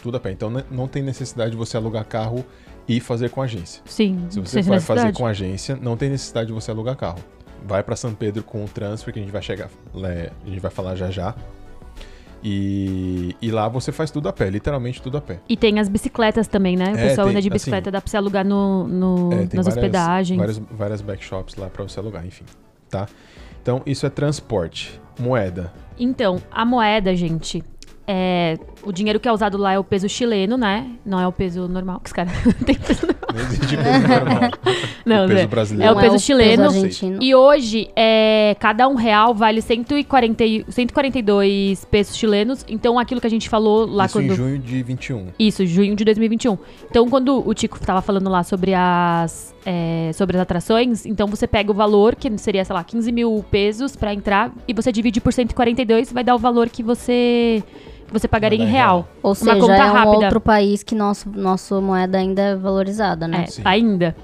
C: Tudo a pé. Então, ne- não tem necessidade de você alugar carro e fazer com agência.
E: Sim.
C: Se você
E: sem
C: vai fazer
E: necessidade.
C: com agência, não tem necessidade de você alugar carro. Vai para São Pedro com o transfer, que a gente vai chegar. é, a gente vai falar já já. E, e lá você faz tudo a pé, literalmente tudo a pé.
E: E tem as bicicletas também, né? O
C: É,
E: pessoal
C: tem,
E: anda de
C: assim,
E: bicicleta, dá pra você alugar no, no-
C: É,
E: Tipo, nas hospedagens.
C: Várias, várias backshops lá pra você alugar, enfim, tá? Então, isso é transporte. Moeda. [LAUGHS]
E: Então, a moeda, gente, é... o dinheiro que é usado lá é o peso chileno, né? Não é o peso normal, que os caras [LAUGHS] tem peso normal.
C: Não existe
E: [LAUGHS]
C: peso né, normal.
E: Não,
C: o peso
E: Zé.
C: brasileiro.
E: É o
D: Não
E: peso chileno.
D: argentino.
E: E hoje, é, cada um real vale 140, e- 142 pesos chilenos. Então, aquilo que a gente falou lá
C: isso
E: quando...
C: em junho de 21.
E: Isso, junho de 2021. Então, quando o Tico tava falando lá sobre as, é, sobre as atrações, então você pega o valor, que seria, sei lá, 15 mil pesos pra entrar, e você divide por 142, vai dar o valor que você, que você pagaria
C: Vai
E: em
C: dar em
E: real.
D: Ou seja,
E: conta
D: é um
E: rápida.
D: outro país que nosso, nossa moeda ainda é valorizada, né?
E: É,
C: Sim.
E: ainda.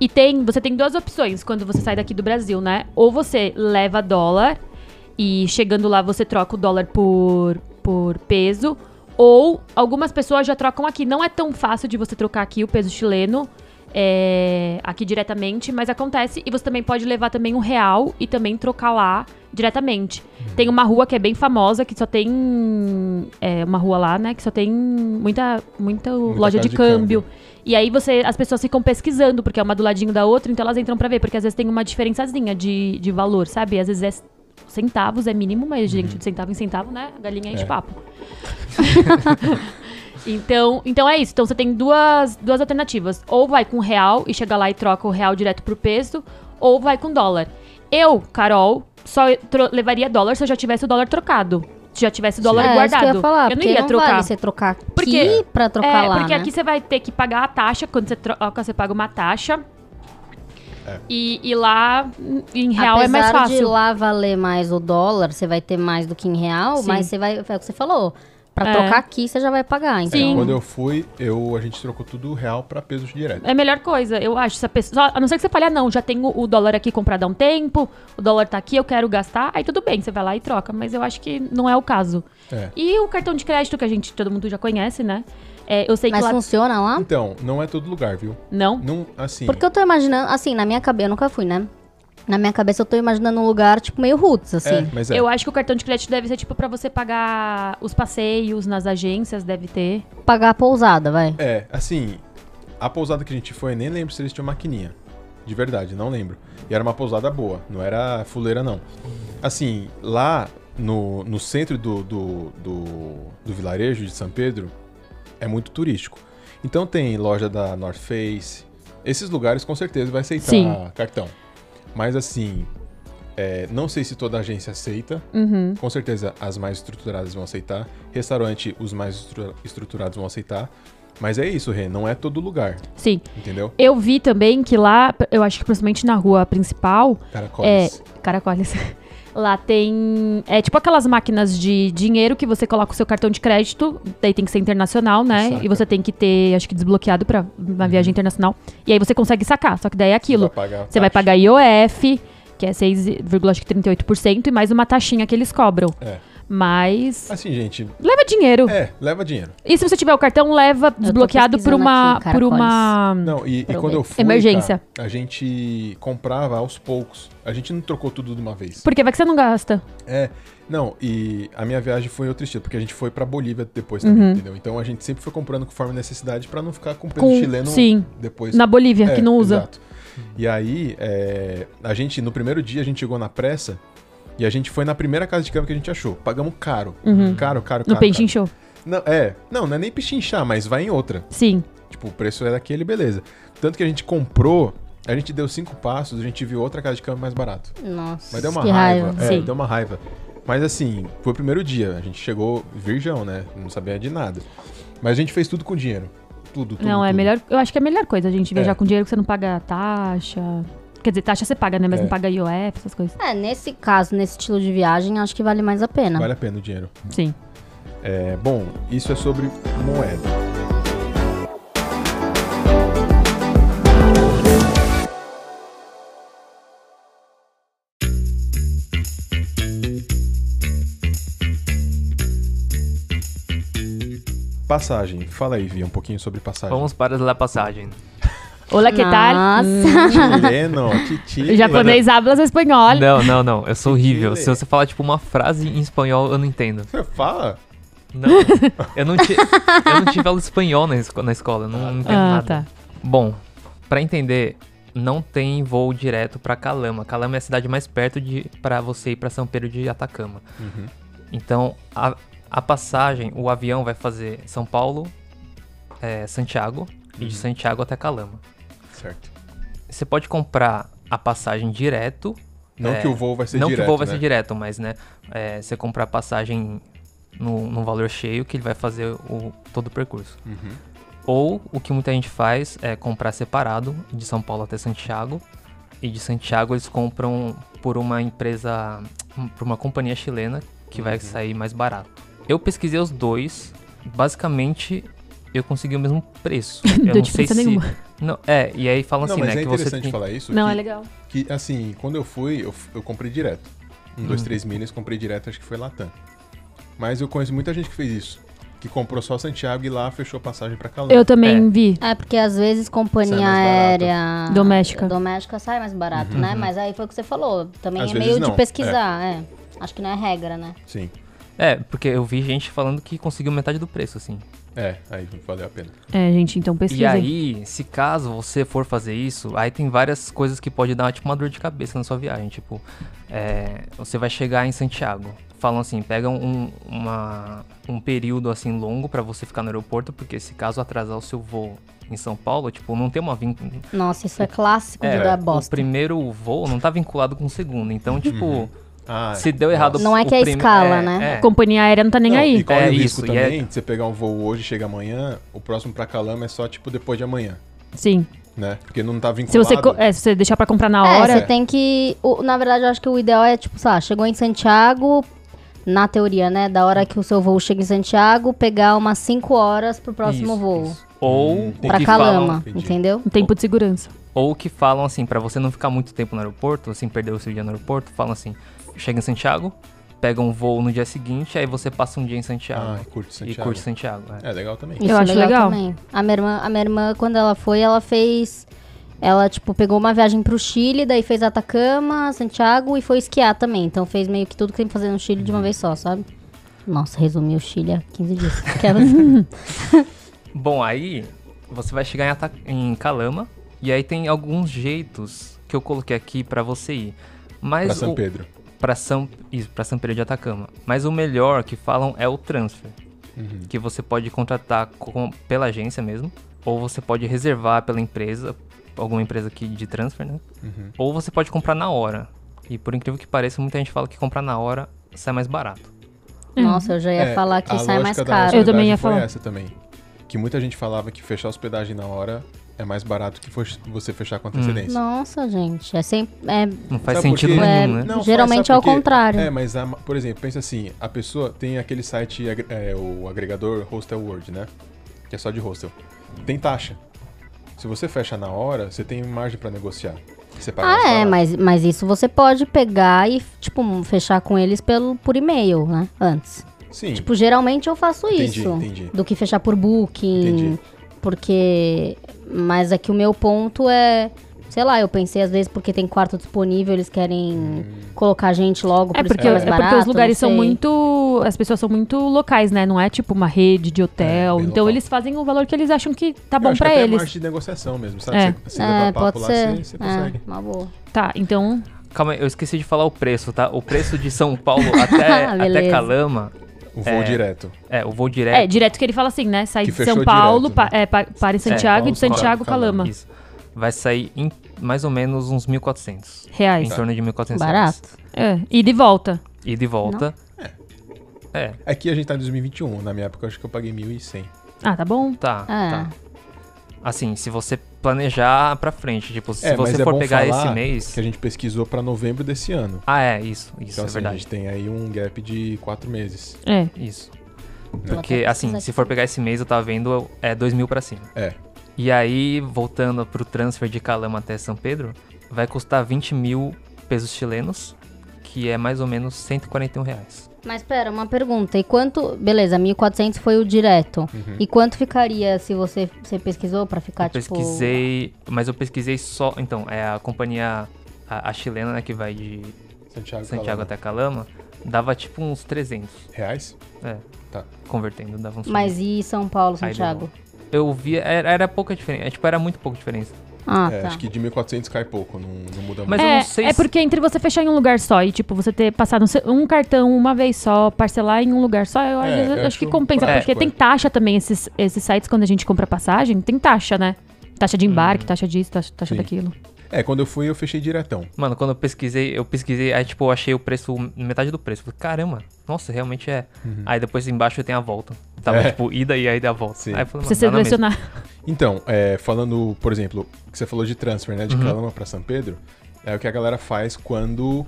E: E tem, você tem duas opções quando você sai daqui do Brasil, né? Ou você leva dólar e chegando lá você troca o dólar por, por peso, ou algumas pessoas já trocam aqui. Não é tão fácil de você trocar aqui o peso chileno é, aqui diretamente, mas acontece. E você também pode levar também um real e também trocar lá diretamente. Tem uma rua que é bem famosa, que só tem. É uma rua lá, né? Que só tem muita, muita,
C: casa
E: loja de,
C: de
E: câmbio.
C: câmbio.
E: E aí você, as pessoas ficam pesquisando, porque é uma do ladinho da outra, então elas entram pra ver, porque às vezes tem uma diferençazinha de, de valor, sabe? Às vezes é centavos, é mínimo, mas,
D: Uhum.
E: gente, de centavo em centavo, né? A galinha enche
C: É.
E: papo. [LAUGHS] então, então é isso. Então você tem duas, duas alternativas. Ou vai com real e chega lá e troca o real direto pro peso, ou vai com dólar. Eu, Carol, só tro- levaria dólar se eu já tivesse o dólar trocado. Se já tivesse o dólar
D: é,
E: guardado.
D: isso que eu ia falar,
E: não
D: porque
E: iria
D: não
E: trocar.
D: vale você trocar aqui
E: Porque-
D: pra trocar
E: É,
D: lá,
E: porque
D: né?
E: aqui você vai ter que pagar a taxa, quando você troca, você paga uma taxa. E, e lá, em real,
D: Apesar
E: é mais
D: de
E: fácil.
D: lá valer mais o dólar, você vai ter mais do que em real,
E: Sim.
D: mas você vai, é o que você falou, pra
E: É.
D: trocar aqui você já vai pagar, então.
E: Sim.
C: Quando eu fui, eu, a gente trocou tudo real pra pesos direto.
E: É a melhor coisa, eu acho. Se a, pessoa, a não ser que você fale, ah, não, já tenho o dólar aqui comprado há um tempo, o dólar tá aqui, eu quero gastar. Aí tudo bem, você vai lá e troca, mas eu acho que não é o caso.
C: É.
E: E o cartão de crédito que a gente, todo mundo já conhece, né? É, eu sei
D: Mas
E: que lá...
D: funciona lá?
C: Então, não é todo lugar, viu?
E: Não?
C: Não, assim.
D: Porque eu tô imaginando, assim, na minha cabeça, eu nunca fui, né? Na minha cabeça eu tô imaginando um lugar, tipo, meio roots, assim.
C: é, mas é.
E: Eu acho que o cartão de crédito deve ser, tipo, pra você pagar os passeios nas agências, deve ter.
D: Pagar a pousada, vai.
C: É, assim, a pousada que a gente foi, nem lembro se eles tinham maquininha. de verdade, não lembro. E era uma pousada boa, não era fuleira, não. Assim, lá no, no centro do, do, do, do vilarejo de São Pedro, é muito turístico. Então tem loja da North Face. Esses lugares com certeza vai aceitar
E: Sim.
C: cartão. Mas assim, é, não sei se toda agência aceita.
E: Uhum.
C: Com certeza as mais estruturadas vão aceitar. Restaurante, os mais estru- estruturados vão aceitar. Mas é isso, Rê, não é todo lugar,
E: Sim.
C: entendeu?
E: Eu vi também que lá, eu acho que principalmente na rua principal, É.
C: Caracoles.
E: Caracoles. [LAUGHS] Lá tem. É tipo aquelas máquinas de dinheiro que você coloca o seu cartão de crédito, daí tem que ser internacional, né?
C: Saca. Uhum.
E: E você tem que ter, acho que desbloqueado pra uma viagem internacional. E aí você consegue sacar, só que daí é aquilo.
C: pagar.
E: Você vai pagar IOF, que é 6,38%, e mais uma taxinha que eles cobram.
C: É.
E: Mas.
C: Assim, gente,
E: Leva dinheiro.
C: é, leva dinheiro.
E: E se você tiver o cartão, leva desbloqueado por
D: pesquisando
E: uma.
D: aqui,
E: por uma.
C: Não, e, e
D: Aproveita.
C: quando eu fui,
E: Emergência.
C: cara, a gente comprava aos poucos. A gente não trocou tudo de uma vez.
E: Porque vai que você não gasta.
C: É, não, e a minha viagem foi em outro estilo, porque a gente foi pra Bolívia depois
E: Uhum.
C: também, entendeu? Então a gente sempre foi comprando conforme necessidade pra não ficar com peso
E: Com-
C: chileno
E: sim.
C: depois.
E: Na Bolívia, que não usa.
C: É, Exato. E aí, é, a gente, no primeiro dia, a gente chegou na pressa e a gente foi na primeira casa de câmbio que a gente achou. Pagamos caro. Caro, caro, caro.
E: Uhum. No Peixinho
C: caro.
E: Show.
C: Não, é, não, não é nem pechinchar, mas vai em outra.
E: Sim.
C: Tipo, o preço é daquele, beleza. Tanto que a gente comprou, a gente deu cinco passos, a gente viu outra casa de câmbio mais barato.
D: Nossa,
C: Mas deu uma
D: que
C: raiva. É,
E: Sim.
C: deu uma raiva. Mas assim, foi o primeiro dia. A gente chegou virgão, né? Não sabia de nada. Mas a gente fez tudo com dinheiro. Tudo, tudo.
E: Não, é
C: tudo.
E: melhor. Eu acho que é a melhor coisa a gente viajar
C: É.
E: com dinheiro que você não paga taxa. Quer dizer, taxa você paga, né? Mas
C: É.
E: não paga IOF, essas coisas.
D: É, nesse caso, nesse estilo de viagem, acho que vale mais a pena.
C: Vale a pena o dinheiro.
E: Sim.
C: É, bom, isso é sobre moeda. Passagem. Fala aí, Via, um pouquinho sobre
E: [LAUGHS]
C: passagem.
B: Vamos para a passagem.
E: Olá, que tal?
D: Nossa,
C: Chileno,
B: [LAUGHS]
E: O
C: titi.
E: japonês habla espanhol.
B: Não, não, não. Eu sou horrível.
C: Chile.
B: Se você falar, tipo, uma frase em espanhol, eu não entendo.
C: né? Fala.
B: Não. Eu não, ti, eu não tive aula de espanhol na, esco- na escola. eu Não, não entendo
E: Ah,
B: é nada.
E: tá.
B: Bom, pra entender, não tem voo direto pra Calama. Calama é a cidade mais perto de para você ir pra São Pedro de Atacama.
C: Uhum.
B: Então, a, a passagem, o avião vai fazer São Paulo, é, Santiago, e de Santiago até Calama.
C: Certo.
B: Você pode comprar a passagem direto.
C: Não
B: é,
C: que o voo vai ser
B: não
C: direto,
B: que o voo vai
C: né?
B: ser direto, mas né, é, você comprar a passagem no, no valor cheio que ele vai fazer o, todo o percurso.
C: Uhum.
B: Ou o que muita gente faz é comprar separado, de São Paulo até Santiago. E de Santiago eles compram por uma empresa, por uma companhia chilena, que
C: Uhum.
B: vai sair mais barato. Eu pesquisei os dois, basicamente eu consegui o mesmo
E: [LAUGHS]
B: preço.
E: Não
B: eu não
E: deu
B: sei
E: diferença
B: se.
E: nenhuma.
B: Não, é, e aí falam
C: Não,
B: assim,
C: mas
B: né?
C: é
B: que você
C: interessante
B: tem-
C: falar isso.
E: Não,
C: que,
E: é legal.
C: que, assim, quando eu fui, eu, f- eu comprei direto. Um,
B: Hum.
C: dois, três milhas, comprei direto, acho que foi Latam. Mas eu conheço muita gente que fez isso. Que comprou só Santiago e lá fechou passagem pra Calama.
E: Eu também
B: É.
E: vi.
D: É porque às vezes
C: Sai
D: companhia
C: mais barato.
D: aérea
E: Doméstica.
D: doméstica sai mais barato, né? Mas aí foi o que você falou. Também
C: Às
D: é
C: vezes
D: meio
C: não,
D: de pesquisar, é. Acho que não é regra, né?
C: Sim.
B: É, porque eu vi gente falando que conseguiu metade do preço, assim.
C: É, aí valeu a pena.
E: É, gente, então
B: E
E: pesquisa.
B: aí, se caso você for fazer isso, aí tem várias coisas que pode dar tipo uma dor de cabeça na sua viagem. Tipo, é, você vai chegar em Santiago. Falam assim, pega um, uma- um período assim longo pra você ficar no aeroporto, porque se caso atrasar o seu voo em São Paulo, tipo, não tem uma vínculo.
D: Nossa, isso é clássico de dar
B: o
D: bosta.
B: primeiro voo não tá vinculado com o segundo. Então, tipo,
C: Ah,
B: se deu errado
D: Não é
B: o
D: que é
B: prim-
D: escala, né?
E: A Companhia aérea não tá nem
C: Não,
E: aí.
C: E corre
B: É
C: o risco
B: isso, e
C: também
B: é-
C: de você pegar um voo hoje, chega amanhã, o próximo pra Calama é só, tipo, depois de amanhã,
E: Sim.
C: né? Porque não tá vinculado.
E: Se você, co- é, se você deixar pra comprar na hora.
D: É, você tem que. o- na verdade, eu acho que o ideal é, tipo, sei lá, chegou em Santiago, na teoria, né? Da hora que o seu voo chega em Santiago, pegar umas 5 horas pro próximo
B: Isso,
D: voo.
B: isso. Ou
C: Hum,
B: o
D: Pra
B: que
D: Calama,
B: falam,
C: entendi.
D: entendeu?
E: Um tempo de segurança.
B: ou que falam assim, pra você não ficar muito tempo no aeroporto, assim, perder o seu dia no aeroporto, falam assim, chega em Santiago, pega um voo no dia seguinte, aí você passa um dia em
C: Ah,
B: Santiago.
C: e curte
B: e
C: Santiago.
B: curte Santiago. é.
C: É legal também.
D: Isso
E: Eu
D: é
E: acho legal.
D: também. A minha, irmã, a minha irmã, quando ela foi, ela fez. Ela, tipo, pegou uma viagem pro Chile, daí fez Atacama, Santiago e foi esquiar também. Então fez meio que tudo que tem que fazer no Chile de
C: Uhum.
D: uma vez só, sabe? Nossa, resumi o Chile a 15
E: [LAUGHS]
D: dias. Aquelas-
B: Bom, aí você vai chegar em, Ata- em Calama, E aí tem alguns jeitos que eu coloquei aqui pra você ir. Mas
C: Pra São
B: o-
C: Pedro.
B: pra São isso, para São Pedro de Atacama. Mas o melhor que falam é o transfer,
C: Uhum.
B: que você pode contratar com- pela agência mesmo, ou você pode reservar pela empresa, alguma empresa aqui de transfer, né?
C: Uhum.
B: Ou você pode comprar na hora. E por incrível que pareça, muita gente fala que comprar na hora sai mais barato.
D: Nossa, eu já ia
C: É,
D: falar que
C: a
D: sai mais
C: lógica da
D: caro.
E: Eu também
C: hospedagem
E: ia
C: foi
E: falar.
C: essa também. Que muita gente falava que fechar a hospedagem na hora é mais barato que fo- você fechar com
D: Hum.
C: antecedência.
D: Nossa, gente, é sempre. É,
B: Não faz
C: Sabe por
B: sentido
C: quê?
B: nenhum,
D: É,
B: né?
D: não. Geralmente
C: sabe
D: é o
C: por quê?
D: contrário.
C: É, mas, a ma- por exemplo, pensa assim, a pessoa tem aquele site, agre- é, o agregador Hostel World, né? Que é só de hostel. Tem taxa. Se você fecha na hora, você tem margem pra negociar. Você paga mais
D: ah, é,
C: barato.
D: mas, mas isso você pode pegar e, tipo, fechar com eles pelo, por e-mail, né? Antes.
C: Sim,
D: Tipo, geralmente eu faço
C: Entendi,
D: isso.
C: entendi.
D: Do que fechar por booking.
C: Entendi.
D: Porque. Mas aqui o meu ponto é. Sei lá, eu pensei às vezes porque tem quarto disponível, eles querem
C: Hum.
D: colocar a gente logo
E: É
D: por isso
E: porque,
D: que é mais
E: é porque
D: barato.
E: os lugares
D: não
E: são
D: sei.
E: muito. As pessoas são muito locais, né? Não é tipo uma rede de
C: É,
E: hotel.
C: bem
E: então
C: local.
E: eles fazem o valor que eles acham que tá
C: Eu
E: bom
C: acho que
E: pra
C: até é
E: eles.
C: margem de negociação mesmo, sabe?
E: É.
C: Você, você
D: É,
C: levar
D: pode
C: papo lá,
D: ser.
C: você, você consegue.
D: É, uma boa.
E: Tá, então.
B: Calma aí, eu esqueci de falar o preço, tá? O preço de São
D: [LAUGHS]
B: Paulo até, até
D: Ah, Beleza.
B: Calama,
C: O voo direto.
B: é, o voo
E: É.
B: direto,
E: direto que ele fala assim, né? Sai
C: Que
E: de São
C: fechou
E: Paulo,
C: direto, né?
E: pa- é, pa- para em Santiago e de
C: São Paulo,
E: Santiago,
C: Calama.
E: Calama.
B: isso, vai sair em mais ou menos uns 1.400. Em
E: Reais.
C: Então.
B: torno de 1.400 reais.
D: Barato.
E: É, e de volta.
B: E de volta. É.
C: Aqui a gente tá em 2021, na minha época eu acho que eu paguei 1.100.
E: Ah, tá bom.
B: Tá,
D: É.
B: tá. Assim, se você planejar pra frente, tipo, se
C: é, mas
B: você
C: é
B: for
C: bom
B: pegar
C: falar
B: esse mês.
C: que a gente pesquisou pra novembro desse ano.
B: Ah, é, isso, isso,
C: Então
B: é
C: assim, a
B: verdade.
C: gente tem aí um gap de quatro meses.
E: É.
B: Isso.
D: Vou
B: Porque,
D: até
B: assim,
D: pesquisar
B: se
D: aqui.
B: for pegar esse mês, eu tava vendo, é 2 mil pra cima.
C: É.
B: E aí, voltando pro transfer de Calama até São Pedro, vai custar 20 mil pesos chilenos, que é mais ou menos 141 reais.
D: Mas pera, uma pergunta. E quanto. Beleza, 1.400 foi o direto.
C: Uhum.
D: E quanto ficaria se você, você pesquisou pra ficar,
B: eu
D: tipo.
B: pesquisei, mas eu pesquisei só, então, é a companhia, a, a chilena, né, que vai de
C: Santiago,
B: Santiago
C: Calama.
B: até Calama, dava tipo uns 300,
C: Reais?
B: é.
C: Tá.
B: convertendo, dava um uns
D: Mas e São Paulo,
E: um
B: Aí
D: Santiago?
B: Eu via, era, era pouca diferença, é, tipo, era muito pouca diferença.
D: Ah,
C: É,
D: tá.
C: acho que de 1.400 cai pouco, não, não muda
B: Mas
C: muito.
B: eu
E: é,
B: não sei
E: é
B: se-
E: porque entre você fechar em um lugar só e, tipo, você ter passado um se- um cartão uma vez só, parcelar em um lugar só, eu,
C: É,
E: eu
C: eu
E: acho que
C: acho
E: compensa.
C: prático,
E: porque
C: é.
E: tem taxa também, esses, esses sites, quando a gente compra passagem, tem taxa, né? Taxa de embarque, taxa disso, taxa, taxa
C: Uhum. Sim.
E: daquilo.
C: É, quando eu fui eu fechei diretão.
B: Mano, quando eu pesquisei, eu pesquisei, aí tipo, eu achei o preço, metade do preço. Falei, caramba, nossa, realmente é. Aí depois embaixo tem a volta. Tava
C: Uhum. É.
B: tipo, ida e aí da volta.
C: Sim.
B: Aí eu falei,
E: Você
B: mano, dá na mesma.
E: selecionar. [LAUGHS]
C: Então, é, falando, por exemplo, que você falou de transfer,
B: Uhum.
C: né? De Calama pra São Pedro, é o que a galera faz quando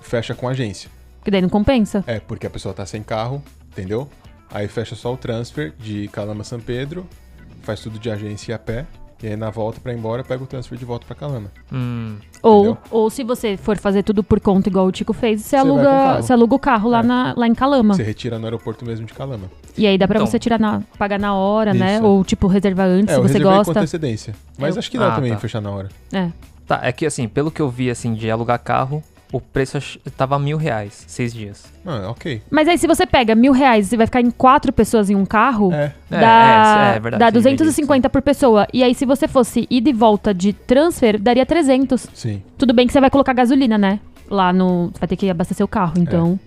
C: fecha com agência.
E: Que daí não compensa.
C: É, porque a pessoa tá sem carro, entendeu? Aí fecha só o transfer de Calama a São Pedro, faz tudo de agência e a pé, e aí na volta pra ir embora pega o transfer de volta pra Calama.
B: Hum,
E: Ou,
C: Entendeu?
E: ou se você for fazer tudo por conta, igual o Tico fez, você,
C: vai com o
E: aluga,
C: carro.
E: você aluga o carro lá,
C: É.
E: na, lá em Calama.
C: Você retira no aeroporto mesmo de Calama.
E: E aí dá pra
B: Então.
E: você tirar na, pagar na hora, né?
C: Isso.
E: Ou, tipo, reservar antes,
C: É,
E: se
C: eu
E: você
C: reservei com
E: gosta.
C: antecedência. Mas
B: Eu-
C: acho que dá
B: Ah,
C: também
B: tá.
C: fechar na hora.
E: É.
B: tá, é que assim, pelo que eu vi, assim, de alugar carro, o preço ach- tava mil reais, seis dias.
C: Mano, Ah, ok.
E: Mas aí se você pega mil reais e vai ficar em quatro pessoas em um carro,
C: É.
B: É,
E: dá,
B: é, é verdade,
E: dá
B: tem
E: 250 por pessoa. E aí se você fosse ida e volta de transfer, daria 300.
C: Sim.
E: Tudo bem que você vai colocar gasolina, né? Lá no... Vai ter que abastecer
B: É.
E: o carro, então...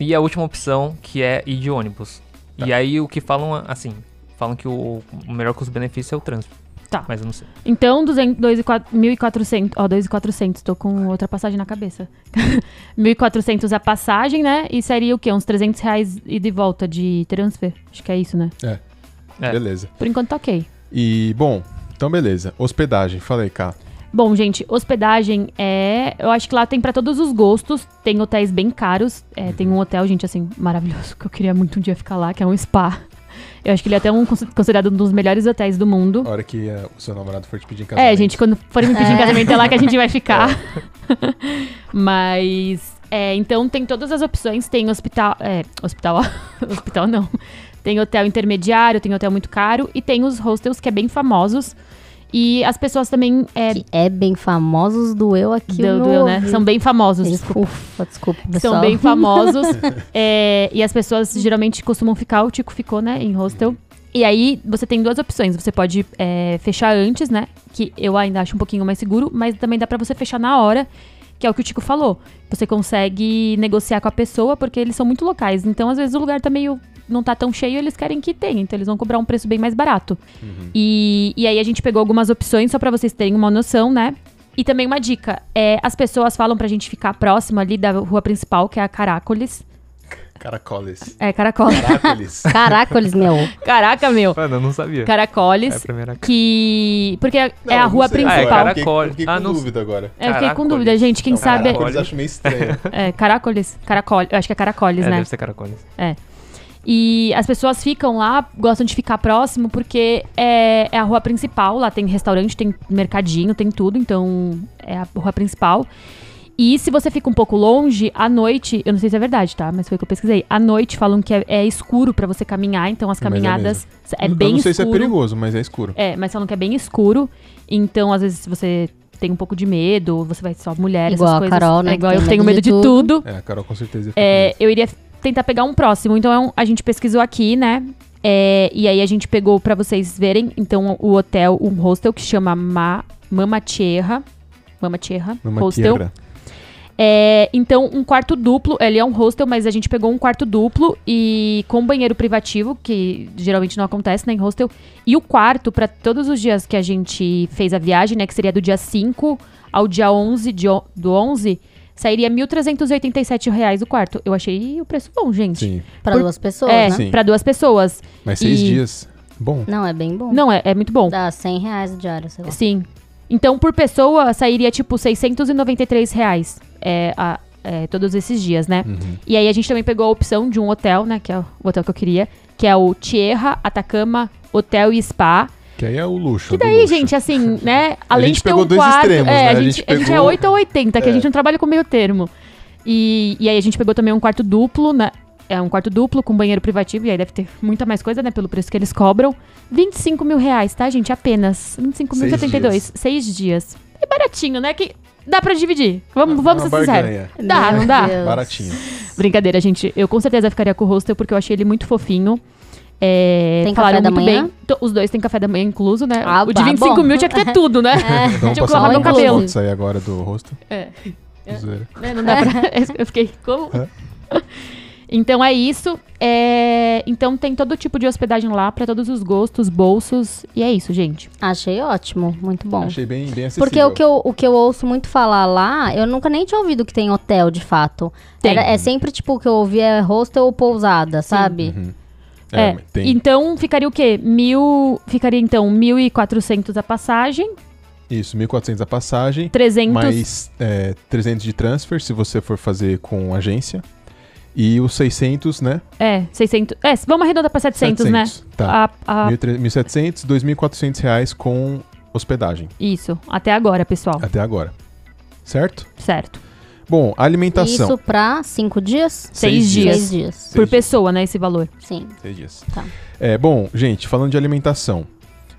B: E a última opção, que é ir de ônibus.
C: Tá.
B: E aí o que falam, assim, falam que o, o melhor custo-benefício é o trânsito.
E: Tá.
B: Mas eu não sei.
E: Então, 200 dois e quatro- 1.400, ó, 2.400, tô com outra passagem na cabeça. [LAUGHS] 1.400 a passagem, né? E seria o quê? Uns 300 reais ida e volta de transfer? Acho que é isso, né?
C: É.
B: É.
C: Beleza.
E: Por enquanto tá ok.
C: E, bom, então beleza. Hospedagem, falei, cá.
E: Bom, gente, hospedagem é. Eu acho que lá tem pra todos os gostos. Tem hotéis bem caros. É, Tem um hotel, gente, assim, maravilhoso, [LAUGHS] que eu queria muito um dia ficar lá, que é um spa. Eu acho que ele é até um consi- considerado um dos melhores hotéis do mundo.
C: A hora que eh, o seu namorado for te pedir em casamento.
E: É, gente, quando forem me pedir em casamento, é lá que a gente vai ficar. [LAUGHS] Mas. É, então tem todas as opções. Tem hospital. É, hospital. ó, [LAUGHS] hospital não. Tem hotel intermediário, tem hotel muito caro. E tem os hostels que é bem famosos. E as pessoas também. É,
D: Que é bem famosos, doeu aqui.
E: deu-
D: o
E: doeu,
D: meu
E: né?
D: ouvido.
E: São bem famosos.
D: Eles-
E: Desculpa.
D: Ufa, desculpa, pessoal.
E: São bem famosos. é, e as pessoas geralmente costumam ficar. O Tico ficou, né? Em hostel. E aí você tem duas opções. Você pode é, fechar antes, né? Que eu ainda acho um pouquinho mais seguro, mas também dá pra você fechar na hora, que é o que o Tico falou. Você consegue negociar com a pessoa, porque eles são muito locais. Então, às vezes, o lugar tá meio. não tá tão cheio, eles querem que tenha. Então eles vão cobrar um preço bem mais barato. E, e aí a gente pegou algumas opções, só pra vocês terem uma noção, né? E também uma dica: é, as pessoas falam pra gente ficar próximo ali da rua principal, que é a Caracoles.
C: Caracoles.
E: É, Caracoles.
C: Caracoles.
D: Caracoles, meu.
E: [LAUGHS] Caraca, meu!
B: Mano, eu não sabia.
E: Caracoles.
B: É a primeira
E: que. Porque né? é a rua
B: Ah, é
E: principal.
B: Caracoles.
C: Eu fiquei
B: Ah,
C: com
B: não-
C: dúvida agora.
E: É, eu fiquei com
B: Caracoles.
E: dúvida, gente. Quem
B: Não,
E: sabe.
B: Caracoles.
C: Caracoles acho meio estranho.
E: É, caracoles. Caracoles. Eu acho que é caracoles,
B: É,
E: né?
B: deve ser caracoles.
E: E as pessoas ficam lá, gostam de ficar próximo, porque é, é a rua principal. Lá tem restaurante, tem mercadinho, tem tudo. Então é a rua principal. E se você fica um pouco longe, à noite, eu não sei se é verdade, tá? Mas foi o que eu pesquisei. À noite falam que é, é escuro pra você caminhar, então as
C: Mais ou
E: caminhadas é,
C: Eu
E: bem
C: não sei se é
E: escuro.
C: perigoso, mas é escuro.
E: É, mas falam que é bem escuro. Então, às vezes, se você tem um pouco de medo, você vai só mulher,
D: Igual a
E: essas coisas.
D: Carol, né,
E: É
D: que
E: igual
D: tem
E: eu tenho medo de tudo.
C: É, a Carol com certeza. ia ficar
E: É,
C: com
E: eu iria tentar pegar um próximo. Então, é um- a gente pesquisou aqui, né? É, e aí a gente pegou pra vocês verem. Então, o hotel, um hostel que chama Ma, Mama Tierra. Mama Tierra.
C: medo. Numa
E: Hostel.
C: queira.
E: É, então, um quarto duplo, ele é um hostel, mas a gente pegou um quarto duplo e com banheiro privativo, que geralmente não acontece né, em hostel. E o quarto, pra todos os dias que a gente fez a viagem, né, que seria do dia 5 ao dia 11 de on- do 11, sairia R$ 1.387 reais o quarto. Eu achei o preço bom, gente.
C: Sim.
D: Pra
E: Por-
D: duas pessoas,
E: É,
D: né?
C: Sim.
E: pra duas pessoas.
C: Mas seis
E: E-
C: dias. Bom.
D: Não, é bem bom.
E: Não, é, é muito bom.
D: Dá 100 reais o diário, sei lá.
E: Sim. Então, por pessoa, sairia tipo R$ 693 reais é, a- é, todos esses dias, né?
C: Uhum.
E: E aí a gente também pegou a opção de um hotel, né? Que é o hotel que eu queria, que é o Tierra Atacama Hotel e Spa.
C: Que aí é o luxo.
E: Que
C: do
E: daí,
C: luxo.
E: gente, assim,
C: [LAUGHS]
E: né? Além
C: gente
E: de ter
C: pegou
E: um
C: dois
E: quarto.
C: extremos,
E: é,
C: né?
E: a,
C: A
E: gente,
C: gente
E: a gente é
C: pegou-
E: 8 ou 80, que a
C: É.
E: gente não trabalha com meio termo. E, e aí a gente pegou também um quarto duplo, né? É um quarto duplo com banheiro privativo, e aí deve ter muita mais coisa, né? Pelo preço que eles cobram. 25 mil reais, tá, gente? Apenas. 25.072.
C: dias.
E: Seis dias. É baratinho, né? Que dá pra dividir. Vamos,
C: É
E: vamos
C: uma
E: ser sinceros.
C: barganha.
E: Dá, não dá?
D: Deus.
E: [LAUGHS]
C: Baratinho.
E: Brincadeira, gente. Eu com certeza ficaria com o hostel porque eu achei ele muito fofinho. É,
D: Tem
E: falaram
D: café da
E: muito
D: manhã?
E: bem. To- Os dois têm café da manhã incluso, né?
D: Ah,
E: o de
D: bah,
E: 25
D: bom. É.
E: mil tinha que ter
D: [LAUGHS]
E: tudo, né?
C: Então,
E: Deixa eu
C: passar
E: lavar meu
C: umas
E: cabelo.
C: fotos aí agora do rosto.
E: É.
C: Zoeira.
E: Né, Não dá pra...
D: [LAUGHS]
E: Eu fiquei, como?
C: É.
E: Então é isso. É, Então tem todo tipo de hospedagem lá pra todos os gostos, bolsos. E é isso, gente.
D: Achei ótimo, muito bom.
C: Achei bem, bem acessível.
E: é
D: Porque o que, eu, o que eu ouço muito falar lá, eu nunca nem tinha ouvido que tem hotel, de fato.
E: Tem.
D: Era- é sempre, tipo, o que eu ouvi é hostel ou pousada, sabe?
C: É,
E: É,
C: mas tem.
E: Então ficaria o quê? Mil... Ficaria então 1.400 a passagem,
C: Isso, 1.400 a passagem.
E: 300...
C: Mais é, 300 de transfer, se você for fazer com agência. E os 600, né?
E: É, 600... É, vamos arredondar pra 700, né?
C: Tá.
E: A- a-
C: 1.300, 1.700, 2.400 reais com hospedagem,
E: Isso, até agora, pessoal.
C: até agora. Certo?
E: Certo.
C: Bom, alimentação.
D: Isso pra cinco dias?
E: Seis dias.
D: Seis dias.
E: Por
C: dias.
E: pessoa, né, esse valor.
D: Sim.
C: Seis dias.
D: Tá.
C: É, bom, gente, falando de alimentação.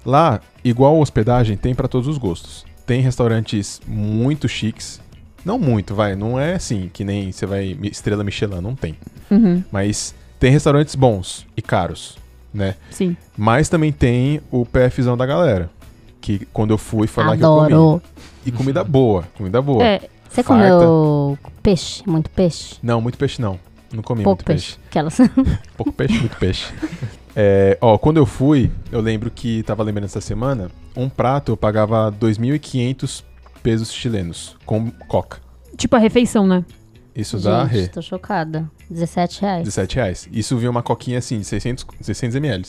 C: Lá, igual hospedagem, tem pra todos os gostos. Tem restaurantes muito chiques. Não muito, vai. Não é assim, que nem você vai estrela Michelin, não tem.
E: Uhum,
C: Mas tem restaurantes bons e caros, né?
E: sim.
C: Mas também tem o PFzão da galera. Que quando eu fui, foi lá que eu comi.
D: Adoro.
C: E comida boa, comida boa.
E: É,
D: Você
C: Farta.
D: comeu peixe? Muito peixe?
C: Não, muito peixe não. Não comi
D: Pouco
C: muito peixe.
D: peixe. Aquelas...
C: Pouco peixe, muito peixe. [LAUGHS] É, ó, quando eu fui, eu lembro que tava lembrando essa semana, um prato eu pagava 2.500 pesos chilenos com coca.
E: tipo a refeição, né?
C: Isso dá
D: Gente,
C: re,
D: tô chocada. 17 reais.
C: 17 reais. Isso vinha uma coquinha assim, de 600, 600 ml.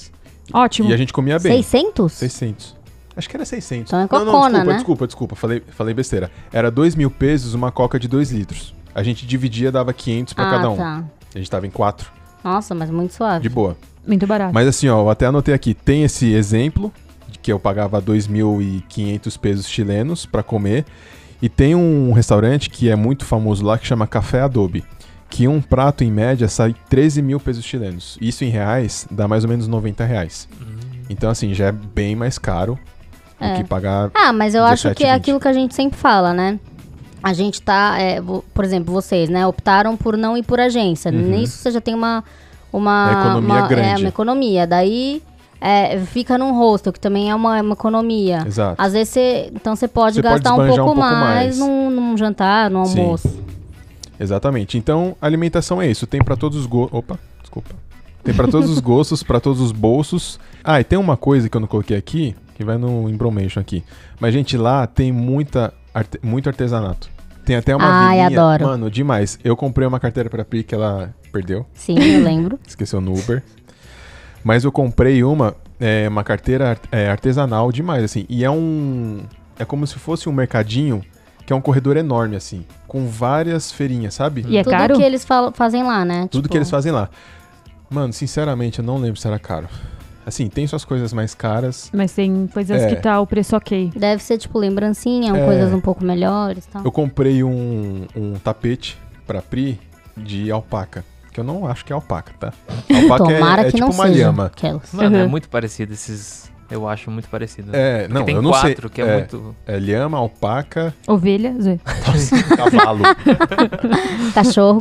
E: Ótimo.
D: um
C: E a gente comia bem.
D: 600?
C: 600. Acho que era 600.
D: Então é
C: não, não,
D: cocona,
C: desculpa,
D: né?
C: desculpa, desculpa. Falei, falei besteira. Era 2 mil pesos uma coca de 2 litros. A gente dividia, dava 500 pra
D: ah,
C: cada um.
D: tá.
C: A gente tava em 4,
D: Nossa, mas muito suave.
C: de boa.
E: Muito barato.
C: Mas assim, ó, eu até anotei aqui, tem esse exemplo, de que eu pagava 2.500 pesos chilenos pra comer, e tem um restaurante que é muito famoso lá, que chama Café Adobe, que um prato, em média, sai 13 mil pesos chilenos. Isso em reais, dá mais ou menos 90 reais. Então, assim, já é bem mais caro
D: É.
C: do que pagar...
D: Ah, mas eu acho
C: 17,
D: que é
C: 20.
D: aquilo que a gente sempre fala, né? A gente tá, é, vo- por exemplo, vocês, né, optaram por não ir por agência. Nisso você já tem uma
C: Uma
D: uma
C: Uhum. economia
D: uma- é,
C: grande.
D: uma economia. Daí é, fica num hostel, que também é uma, uma economia.
C: Exato.
D: Às vezes você. Então você pode
C: Você pode
D: gastar um,
C: esbanjar
D: pouco
C: um pouco mais.
D: mais, num, num jantar, num
C: Sim.
D: almoço.
C: Exatamente. Então, a alimentação é isso. Tem pra todos os gostos. Opa, desculpa. Tem pra todos os gostos, pra todos os bolsos. Ah, e tem uma coisa que eu não coloquei aqui, que vai no embromation aqui. Mas, gente, lá tem muita arte- muito artesanato. Tem até uma
D: Ai,
C: vilinha-
D: adoro.
C: Mano, demais. Eu comprei uma carteira pra Pri que ela perdeu. [LAUGHS]
D: Sim, eu lembro.
C: Esqueceu no Uber. Mas eu comprei uma, é, uma carteira ar- é, artesanal demais, assim. E é um. É como se fosse um mercadinho, que é um corredor enorme, assim. Com várias feirinhas, sabe?
E: E é
D: Tudo
E: caro?
D: que eles falam- fazem lá, né?
C: Tudo
D: Tipo,
C: que eles fazem lá. Mano, sinceramente, eu não lembro se era caro. Assim, tem suas coisas mais caras.
E: Mas tem coisas
C: É.
E: que tá o preço ok.
D: Deve ser, tipo, lembrancinha,
C: É.
D: coisas um pouco melhores e tal.
C: Eu comprei um, um tapete pra Pri de alpaca. Que eu não acho que é alpaca,
D: [LAUGHS]
C: tá? Alpaca
D: Tomara
C: é, é
D: que
C: tipo
D: não
C: uma
D: seja.
C: lhama.
D: Aquelas.
B: Mano, é
E: Uhum.
B: muito parecido esses. Eu acho muito parecido.
C: É,
B: Porque
C: não,
B: tem
C: eu não
B: quatro,
C: sei.
B: que é, muito.
C: é lhama, alpaca, um
E: Ovelha, Zoe.
D: [LAUGHS]
C: cavalo.
D: [LAUGHS] Cachorro,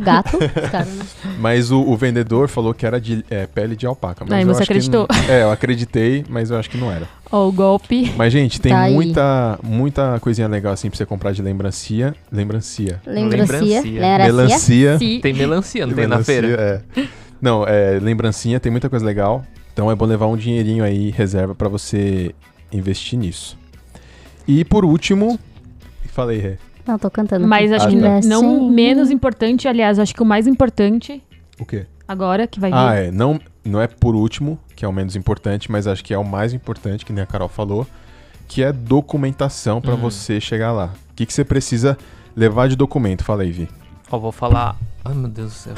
C: [LAUGHS]
D: gato. os caras, né?
C: Mas o, o vendedor falou que era de é, pele de alpaca. Mas
E: Aí
C: eu
E: você
C: acho que
E: acreditou.
C: não- é, eu acreditei, mas eu acho que não era.
E: Ó,
C: [LAUGHS]
E: o golpe.
C: Mas, gente, tem
D: Tá aí.
C: muita, muita coisinha legal assim pra você comprar de lembrancinha. Lembrancinha.
D: Lembrancia.
B: Lembrancia.
D: Lembrancia.
C: Melancia.
E: Se-
B: Tem melancia, não tem na
C: Melancia,
B: feira?
C: é. Não, é, lembrancinha, tem muita coisa legal. Então é bom levar um dinheirinho aí, reserva, pra você investir nisso. E por último. Falei, Rê.
D: Não, tô cantando.
E: Mas
D: aqui.
E: acho
C: Ah,
E: que
D: tá.
E: não
D: Sim.
E: menos importante, aliás, acho que o mais importante
C: O quê?
E: agora, que vai vir.
C: Ah, é. Não, não é por último, que é o menos importante, mas acho que é o mais importante, que nem a Carol falou, que é documentação pra você chegar lá. O que, que você precisa levar de documento? Fala aí, Vi.
B: Ó, vou falar. Ai, meu Deus do céu.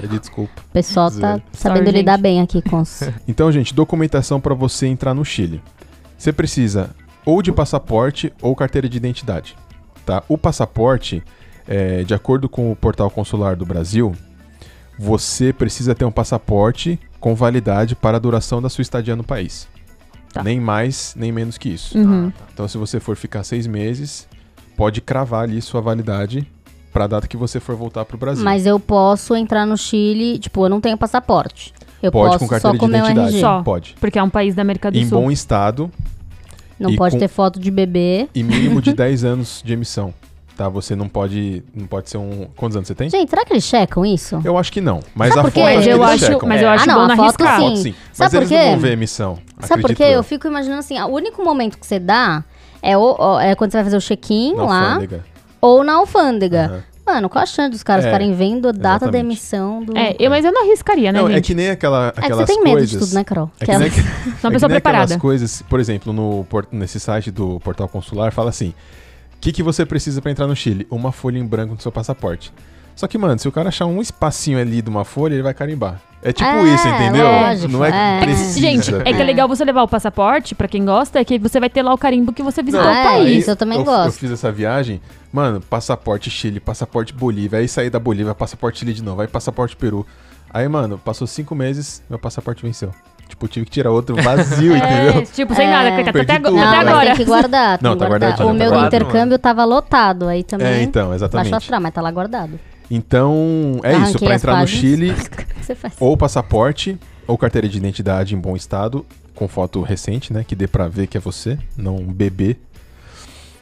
C: Pedi desculpa.
D: O pessoal tá
C: Zero.
D: sabendo
E: Sorry,
D: lidar
E: gente.
D: bem aqui com
C: [LAUGHS]
D: os...
C: Então, gente, documentação para você entrar no Chile. Você precisa ou de passaporte ou carteira de identidade, tá? O passaporte, é, de acordo com o portal consular do Brasil, você precisa ter um passaporte com validade para a duração da sua estadia no país.
E: Tá.
C: Nem mais, nem menos que isso.
E: Uhum.
C: Então, se você for ficar seis meses, pode cravar ali sua validade para a data que você for voltar para o Brasil.
D: Mas eu posso entrar no Chile, tipo, eu não tenho passaporte. Eu
C: pode
D: posso
C: com carteira
D: só um com
C: de
D: o meu
C: identidade.
D: RG.
E: Só.
C: Pode.
E: Porque é um país da América do
C: Em
E: Sul.
C: bom estado,
D: Não
C: E
D: pode
C: com-
D: ter foto de bebê.
C: E mínimo de [LAUGHS] 10 anos de emissão, tá? Você não pode, não pode ser um... Quantos anos você tem?
D: Gente, será que eles checam isso?
C: Eu acho que não, mas
D: Sabe
C: a
D: por quê?
C: foto
E: Mas
C: acho que
E: eu
C: eles
E: acho-
C: checam.
E: mas eu acho
D: ah, não,
E: bom
D: a
E: na
D: foto
E: riscada.
D: sim.
C: Foto, sim. Mas
D: Sabe por
C: eles
D: quê?
C: não vão ver a emissão,
D: Sabe por
C: acredito
D: quê?
C: eu.
D: Eu fico imaginando assim, o único momento que você dá é, o- o- é quando você vai fazer o check-in
C: Na
D: lá
C: alfândega.
D: ou na alfândega.
C: Aham.
D: Mano, qual a chance dos caras
C: É,
D: ficarem vendo a data da
C: exatamente.
D: emissão do...
E: É, eu, mas eu não arriscaria, né,
C: Não, é
E: gente?
C: que nem aquela,
D: É que
C: aquelas
D: você tem medo
C: coisas...
D: de tudo, né, Carol?
C: É que
D: Aquela-
C: nem,
D: [LAUGHS]
E: Sou
C: é
E: uma
C: que
E: pessoa
C: nem aquelas
E: preparada.
C: coisas, por exemplo, no, por- nesse site do Portal Consular, fala assim, o que, que você precisa pra entrar no Chile? Uma folha em branco no seu passaporte. Só que, mano, se o cara achar um espacinho ali de uma folha, ele vai carimbar. É tipo
D: É,
C: isso, entendeu?
D: lógico,
C: não é, que
D: é.
C: precisa. né?
E: Gente, é que é
D: É.
E: legal você levar o passaporte, pra quem gosta, é que você vai ter lá o carimbo que você visitou
D: Não,
E: o
D: é
E: país.
D: isso, eu também
C: Eu
D: gosto.
C: fiz essa viagem, mano, passaporte Chile, passaporte Bolívia, aí saí da Bolívia, passaporte Chile de novo, aí passaporte Peru. Aí, mano, passou cinco meses, meu passaporte venceu. Tipo, tive que tirar outro
D: [LAUGHS]
C: vazio,
E: É,
C: entendeu?
E: tipo, sem nada, coitado.
C: Perdi
E: Até, ago-
C: tudo, né?
E: até
D: É. Não, mas
E: agora.
D: tem que guardar. tem
C: Não,
D: que
C: tá
D: guardar.
C: guardadinho,
D: O
C: tá
D: meu do
B: guardado,
D: intercâmbio tava lotado, aí também...
C: É, então,
D: Baixou a
C: exatamente.
D: trama, mas tá lá guardado.
C: Então, é isso,
D: Arranquei
C: pra
D: as
C: entrar no
D: páginas. [LAUGHS]
C: Chile,
D: O que você faz?
C: ou passaporte, ou carteira de identidade em bom estado, com foto recente, né, que dê pra ver que é você, não um bebê.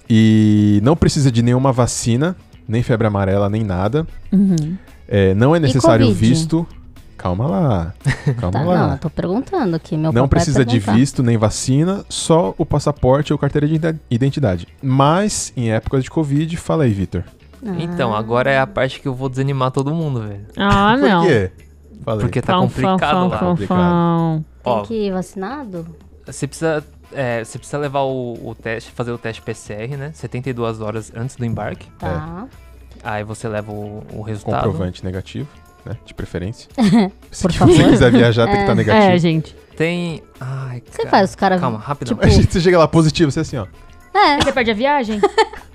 C: E não precisa de nenhuma vacina, nem febre amarela, nem nada.
E: Uhum.
C: É, não é necessário
D: Covid?
C: visto. Calma
E: [LAUGHS]
C: lá. Calma
D: Tá,
C: lá.
D: não, eu tô perguntando aqui. Meu
C: não
D: papai
C: precisa
E: tá.
C: de
D: perguntar.
C: visto nem vacina, só o passaporte ou carteira de ide- identidade. Mas, em épocas de Covid, fala aí, Vitor.
B: Então, agora é a parte que eu vou desanimar todo mundo, velho.
E: Ah, não.
C: Por quê? Fala aí.
B: Porque tá complicado lá.
E: fão,
C: complicado.
E: fão.
D: Tem
B: Ó,
D: que ir vacinado?
B: Você precisa, é, você precisa levar o, o teste, fazer o teste PCR, né? 72 horas antes do embarque.
C: É.
D: Tá.
B: Aí você leva o, o resultado.
C: Comprovante negativo, né? De
E: [LAUGHS]
C: preferência. Se
D: Por
C: você
D: favor.
C: quiser viajar, tem que estar negativo.
E: É, gente.
B: Tem. Ai,
D: Você
B: cara.
D: faz os caras-
B: Calma, rapidão.
C: Imagina, você chega lá positivo, você é assim, ó.
D: É.
E: Você perde a viagem?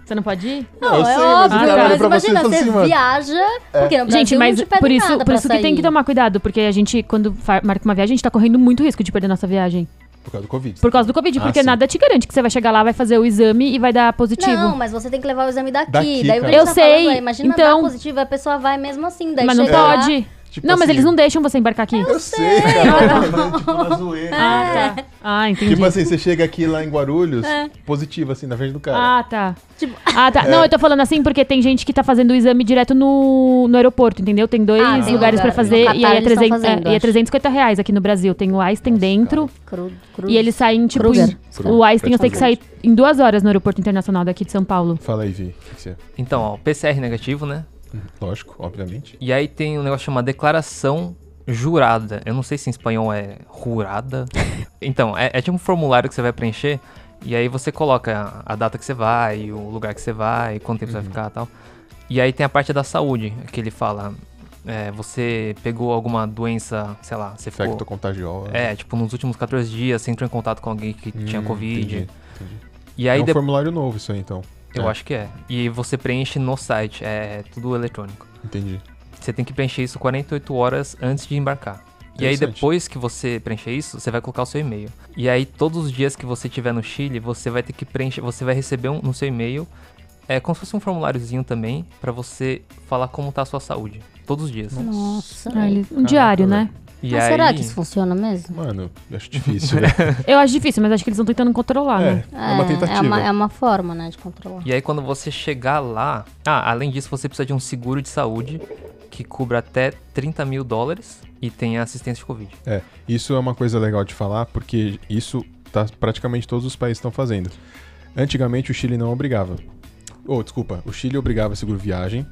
E: Você não pode ir?
D: Não,
C: eu
D: é
C: sei, mas
D: óbvio,
E: eu olho
D: mas
C: pra você e
D: imagina,
C: falo
D: você
C: assim, mano. É.
D: viaja, porque no Brasil
E: gente, mas
D: não te pedem
E: por isso,
D: nada
E: por
D: pra
E: isso que tem
D: sair.
E: que um tomar cuidado, porque a gente, quando fa- marca uma viagem, a gente tá correndo muito risco de perder nossa viagem.
C: Por causa do Covid.
E: Por causa do Covid,
C: Ah,
E: porque
C: sim.
E: nada te garante que você vai chegar lá, vai fazer o exame e vai dar positivo.
D: Não, mas você tem que levar o exame daqui.
C: Daqui,
D: daí o
C: cara.
D: que a gente
E: Eu
D: tá
E: sei,
D: falando é, imagina
E: então-
D: dar positivo, a pessoa vai mesmo assim. Daí
E: mas não
D: chega lá,
E: pode.
C: Tipo
E: Não, mas
C: assim,
E: eles não deixam você embarcar aqui.
F: Eu sei, cara.
E: [LAUGHS]
F: Eu tô falando, tipo,
E: É.
F: na zoeira.
E: Ah, tá. Ah, entendi.
F: Tipo assim, você chega aqui lá em Guarulhos, positivo, assim, na frente do cara.
E: É. Ah, tá.
D: Tipo-
E: [LAUGHS] Ah, tá. Não, eu tô falando assim porque tem gente que tá fazendo o exame direto no, no aeroporto, entendeu? Tem dois
D: Ah, tem
E: lugares
D: lugar.
E: pra fazer
D: No
E: e aí
D: Catar
E: é,
D: eles tão
E: 300,
D: fazendo,
E: é, e é
D: acho.
E: 350 reais aqui no Brasil. Tem o Einstein dentro
D: Cru, cru-
E: e eles saem, tipo,
D: Kruger.
E: em- o Einstein eu sei que
F: Praticamente.
E: sai em duas horas no aeroporto internacional daqui de São Paulo.
C: Fala aí, Vi. o que que você-
B: Então, ó, PCR negativo, né?
C: Lógico, obviamente.
B: E aí tem um negócio chamado declaração jurada. Eu não sei se em espanhol é
C: [LAUGHS]
B: jurada. então, é, é tipo um formulário que você vai preencher. E aí você coloca a- a data que você vai, o lugar que você vai, quanto
C: Uhum.
B: tempo você vai ficar e tal. E aí tem a parte da saúde, que ele fala. é, você pegou alguma doença, sei lá, você ficou.
C: Infecto contagiosa.
B: É, tipo, nos últimos 14 dias, você entrou em contato com alguém que tinha
C: Hum,
B: Covid.
C: entendi.
B: E
C: É
B: aí
C: um
B: de-
C: formulário novo isso aí, então.
B: Eu
C: É.
B: acho que é. E você preenche no site, é tudo eletrônico.
C: Entendi.
B: Você tem que preencher isso 48 horas antes de embarcar. E aí
C: Interessante.
B: depois que você preencher isso, você vai colocar o seu e-mail. E aí todos os dias que você tiver no Chile, você vai ter que preencher, você vai receber um, no seu e-mail é como se fosse um formuláriozinho também pra você falar como tá a sua saúde todos os dias.
D: Nossa.
E: Ah, ele- um
C: Caraca,
E: diário,
C: velho.
E: né?
B: E
D: Mas
B: aí
D: será que isso funciona mesmo?
C: Mano, eu acho
B: [LAUGHS]
C: difícil, né?
E: Eu acho difícil, mas acho que eles estão tentando controlar, né?
C: É, é uma
D: É uma,
C: tentativa.
D: é uma forma, né, de controlar.
B: E aí quando você chegar lá, ah, além disso você precisa de um seguro de saúde que cubra até 30 mil dólares e tem a assistência de covid.
C: É, isso é uma coisa legal de falar, porque isso tá, praticamente todos os países estão fazendo. Antigamente o Chile não obrigava. Ou, desculpa, o Chile obrigava seguro viagem,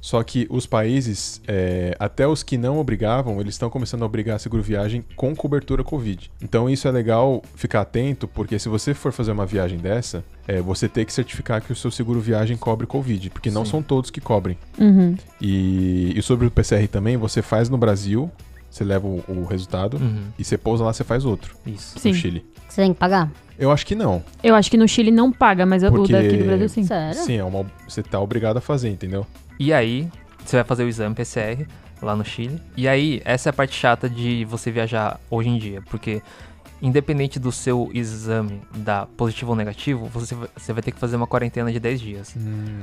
C: só que os países, é, até os que não obrigavam, eles estão começando a obrigar seguro viagem com cobertura Covid. Então isso é legal ficar atento, porque se você for fazer uma viagem dessa, é, você tem que certificar que o seu seguro viagem cobre Covid, porque não são todos que cobrem.
E: Uhum.
C: E, e sobre o PCR também, você faz no Brasil, você leva o, o resultado,
B: Uhum,
C: e você pousa lá, você faz outro
B: isso.
E: Sim.
C: no Chile.
D: Você tem que pagar?
C: Eu acho que não.
E: Eu acho que no Chile não paga, mas eu-
C: Porque-
E: o daqui do Brasil sim.
D: Sério?
C: Sim, é uma, você tá obrigado a fazer, entendeu?
B: E aí, você vai fazer o exame PCR lá no Chile. E aí, essa é a parte chata de você viajar hoje em dia, porque independente do seu exame dar positivo ou negativo, você, va- você vai ter que fazer uma quarentena de 10 dias.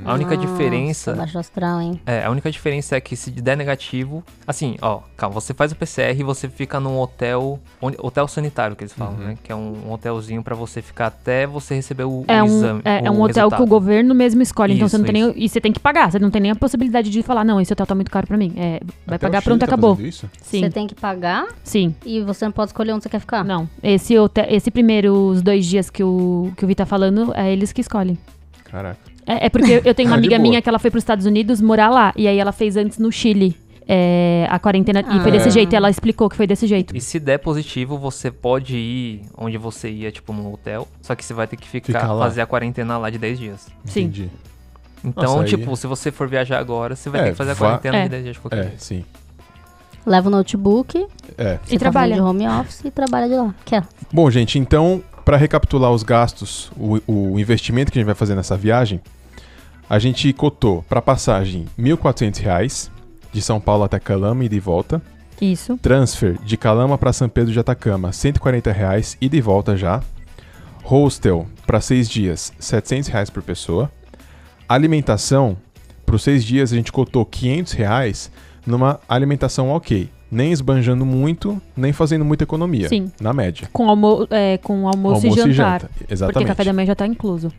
B: A única
D: Nossa,
B: diferença.
D: Baixo astral, hein?
B: É, a única diferença é que se der negativo, assim, ó, calma, você faz o PCR e você fica num hotel, onde- hotel sanitário que eles falam, né? Que é um, um hotelzinho pra você ficar até você receber o,
E: É
B: o
E: um,
B: exame.
E: é, é
B: o
E: um hotel que o
B: resultado.
E: governo mesmo escolhe, então
B: Isso,
E: você não tem nem, e você tem que pagar, você não tem nem a possibilidade de falar, não, esse hotel tá muito caro pra mim. É, vai
C: Até o
E: pagar,
C: Chile
E: pronto,
C: tá
E: acabou.
C: fazendo isso?
E: Sim,
D: Você tem Ah. que pagar
E: sim.
D: e você não pode escolher onde você quer ficar.
E: Não, esse, hotel, esse primeiro, os dois dias que o, que o Vi tá falando, é eles que escolhem.
C: Caraca.
E: É, é porque eu tenho
C: [LAUGHS]
E: uma
C: Ah, de
E: amiga
C: boa.
E: minha que ela foi pros Estados Unidos morar lá, e aí ela fez antes no Chile é, a quarentena, e foi desse
D: Ah.
E: jeito, ela explicou que foi desse jeito.
B: E se der positivo, você pode ir onde você ia, tipo, num hotel. Só que você vai ter que ficar,
C: Ficar lá.
B: fazer a quarentena lá de 10 dias.
E: Sim.
C: Entendi.
B: Então,
C: Nossa, aí-
B: tipo, se você for viajar agora, você vai
C: É,
B: ter que fazer a
C: vá-
B: quarentena
E: É.
B: de 10 dias de qualquer
C: É,
B: jeito.
C: sim.
D: Leva o notebook,
C: É.
D: você tá
E: trabalha.
D: fazendo de home office e trabalha de lá. Quer?
C: Bom, gente, então, para recapitular os gastos, o, o investimento que a gente vai fazer nessa viagem, a gente cotou para passagem R$ 1.400 reais, de São Paulo até Calama e de volta.
E: Isso.
C: Transfer de Calama para São Pedro de Atacama, R$ 140 reais e de volta já. Hostel para seis dias, R$ 700 reais por pessoa. Alimentação para os seis dias a gente cotou R$ 500 reais numa alimentação ok, nem esbanjando muito, nem fazendo muita economia,
E: Sim.
C: na média.
E: Com, almo, é, com almoço, e jantar. Porque
C: Exatamente.
E: café da manhã já tá incluso.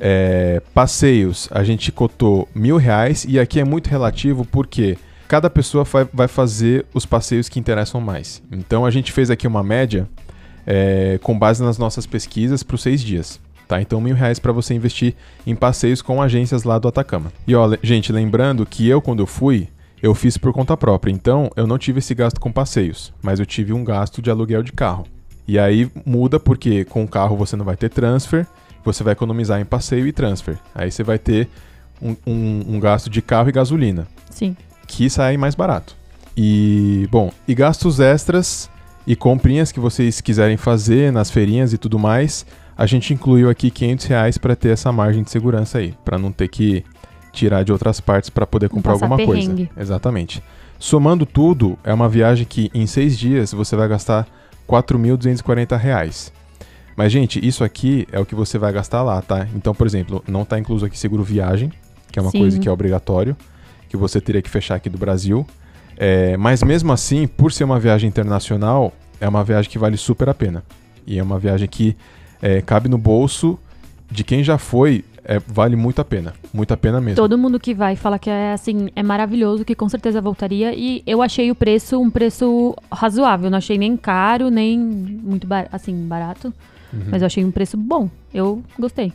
C: É, passeios, a gente cotou mil reais e aqui é muito relativo porque cada pessoa fa- vai fazer os passeios que interessam mais. Então a gente fez aqui uma média é, com base nas nossas pesquisas para os seis dias. Tá, então mil reais para você investir em passeios com agências lá do Atacama. E ó, le- gente, lembrando que eu quando eu fui, eu fiz por conta própria. Então eu não tive esse gasto com passeios, mas eu tive um gasto de aluguel de carro. E aí muda porque com o carro você não vai ter transfer, você vai economizar em passeio e transfer. Aí você vai ter um, um- um gasto de carro e gasolina,
E: Sim.
C: que sai mais barato. E, bom, e gastos extras e comprinhas que vocês quiserem fazer nas feirinhas e tudo mais, a gente incluiu aqui 500 reais para ter essa margem de segurança aí, para não ter que tirar de outras partes para poder
E: Não
C: comprar
E: passar
C: alguma
E: perrengue.
C: coisa. Exatamente. Somando tudo, é uma viagem que em seis dias você vai gastar 4.240 reais. Mas, gente, isso aqui é o que você vai gastar lá, tá? Então, por exemplo, não tá incluso aqui seguro viagem, que é uma
E: Sim.
C: coisa que é obrigatório, que você teria que fechar aqui do Brasil. É, mas mesmo assim, por ser uma viagem internacional, é uma viagem que vale super a pena. E é uma viagem que é, cabe no bolso de quem já foi, é, vale muito a pena. Muito a pena mesmo.
E: Todo mundo que vai fala que é assim, é maravilhoso, que com certeza voltaria. E eu achei o preço um preço razoável. Não achei nem caro, nem muito bar- assim, barato.
F: Uhum.
E: Mas eu achei um preço bom. Eu gostei.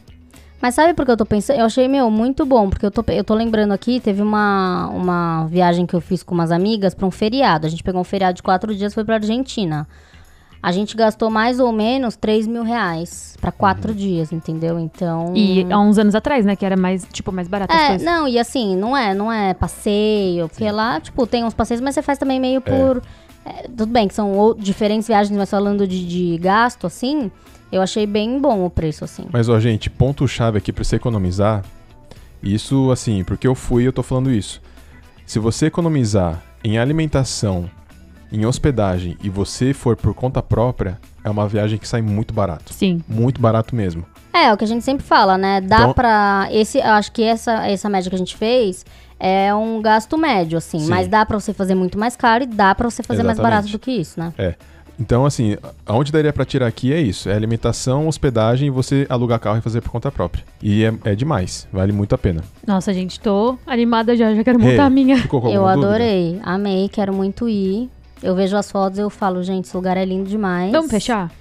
D: Mas sabe por que eu tô pensando? Eu achei, meu, muito bom, porque eu tô, pe- eu tô lembrando aqui, teve uma, uma viagem que eu fiz com umas amigas pra um feriado. A gente pegou um feriado de quatro dias e foi pra Argentina. A gente gastou mais ou menos 3 mil reais pra quatro dias, entendeu? Então.
E: Uhum. E há uns anos atrás, né? Que era mais, tipo, mais barato as
D: É,
E: coisas.
D: não, e assim, não é, não é passeio, porque lá, tipo, tem uns passeios, mas você faz também meio por. é, tudo bem, que são ou- diferentes viagens, mas falando de, de gasto, assim, eu achei bem bom o preço, assim.
C: Mas, ó, gente, ponto-chave aqui pra você economizar. Isso, assim, porque eu fui e eu tô falando isso. Se você economizar em alimentação, em hospedagem e você for por conta própria, é uma viagem que sai muito barato.
E: Sim.
C: Muito barato mesmo.
D: É, o que a gente sempre fala, né? Dá
C: Então-
D: pra. Esse, eu acho que essa, essa média que a gente fez é um gasto médio, assim.
C: Sim.
D: Mas dá pra você fazer muito mais caro e dá pra você fazer mais
C: Exatamente.
D: barato do que isso, né?
C: Então, assim, aonde daria pra tirar aqui é isso: é alimentação, hospedagem e você alugar carro e fazer por conta própria. E é, é demais, vale muito a pena.
E: Nossa, gente, tô animada já. Já quero montar
C: Rê,
E: a minha.
C: Ficou com
D: Eu
C: alguma dúvida?
D: adorei, amei, quero muito ir. Eu vejo as fotos e eu falo, gente, esse lugar é lindo demais.
E: Vamos fechar?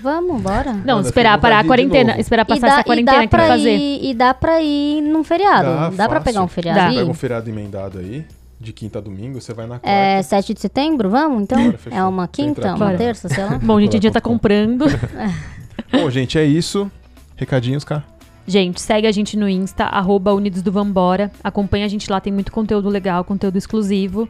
D: Vamos, bora.
E: Não,
F: Manda,
E: esperar
F: fica
E: parar a
F: vontade de ir de
E: quarentena.
F: novo.
E: Esperar passar
D: e dá,
E: essa quarentena
D: e dá
E: que tem que
D: pra
E: fazer.
D: ir, E dá pra ir num feriado. Dá, pra
C: Tá fácil.
D: pegar um feriado
E: Dá.
D: e ir?
C: Pega um feriado emendado aí, de quinta a domingo, você vai na quarta.
D: É 7 de setembro, vamos então?
C: Bora, fechou.
D: é uma
C: Vou entrar
D: quinta,
C: aqui.
D: uma
E: Bora.
D: terça,
C: [LAUGHS]
D: sei lá.
E: Bom, gente, a gente já tá comprando.
C: Bom, gente, é isso. Recadinhos, cara.
E: Gente, segue a gente no Insta, arroba Unidos do Vambora. Acompanha a gente lá, tem muito conteúdo legal, conteúdo exclusivo.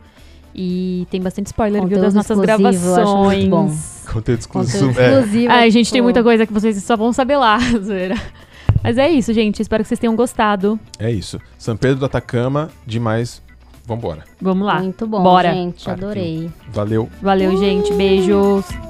E: E tem bastante spoiler, viu,
D: Conteúdo
E: das nossas
D: exclusivo, eu acho
E: gravações.
D: muito bom.
C: Conteúdo
D: Conteúdo
C: É.
D: exclusivo.
E: Ai, gente, tem
D: tipo-
E: muita coisa que vocês só vão saber lá, [LAUGHS] zoeira. Mas é isso, gente. Espero que vocês tenham gostado.
C: É isso. São Pedro do Atacama, demais. Vambora.
E: Vamos lá.
D: Muito bom,
E: Bora.
D: gente.
C: Claro que
D: Adorei.
C: Valeu.
E: Valeu, gente. Beijos.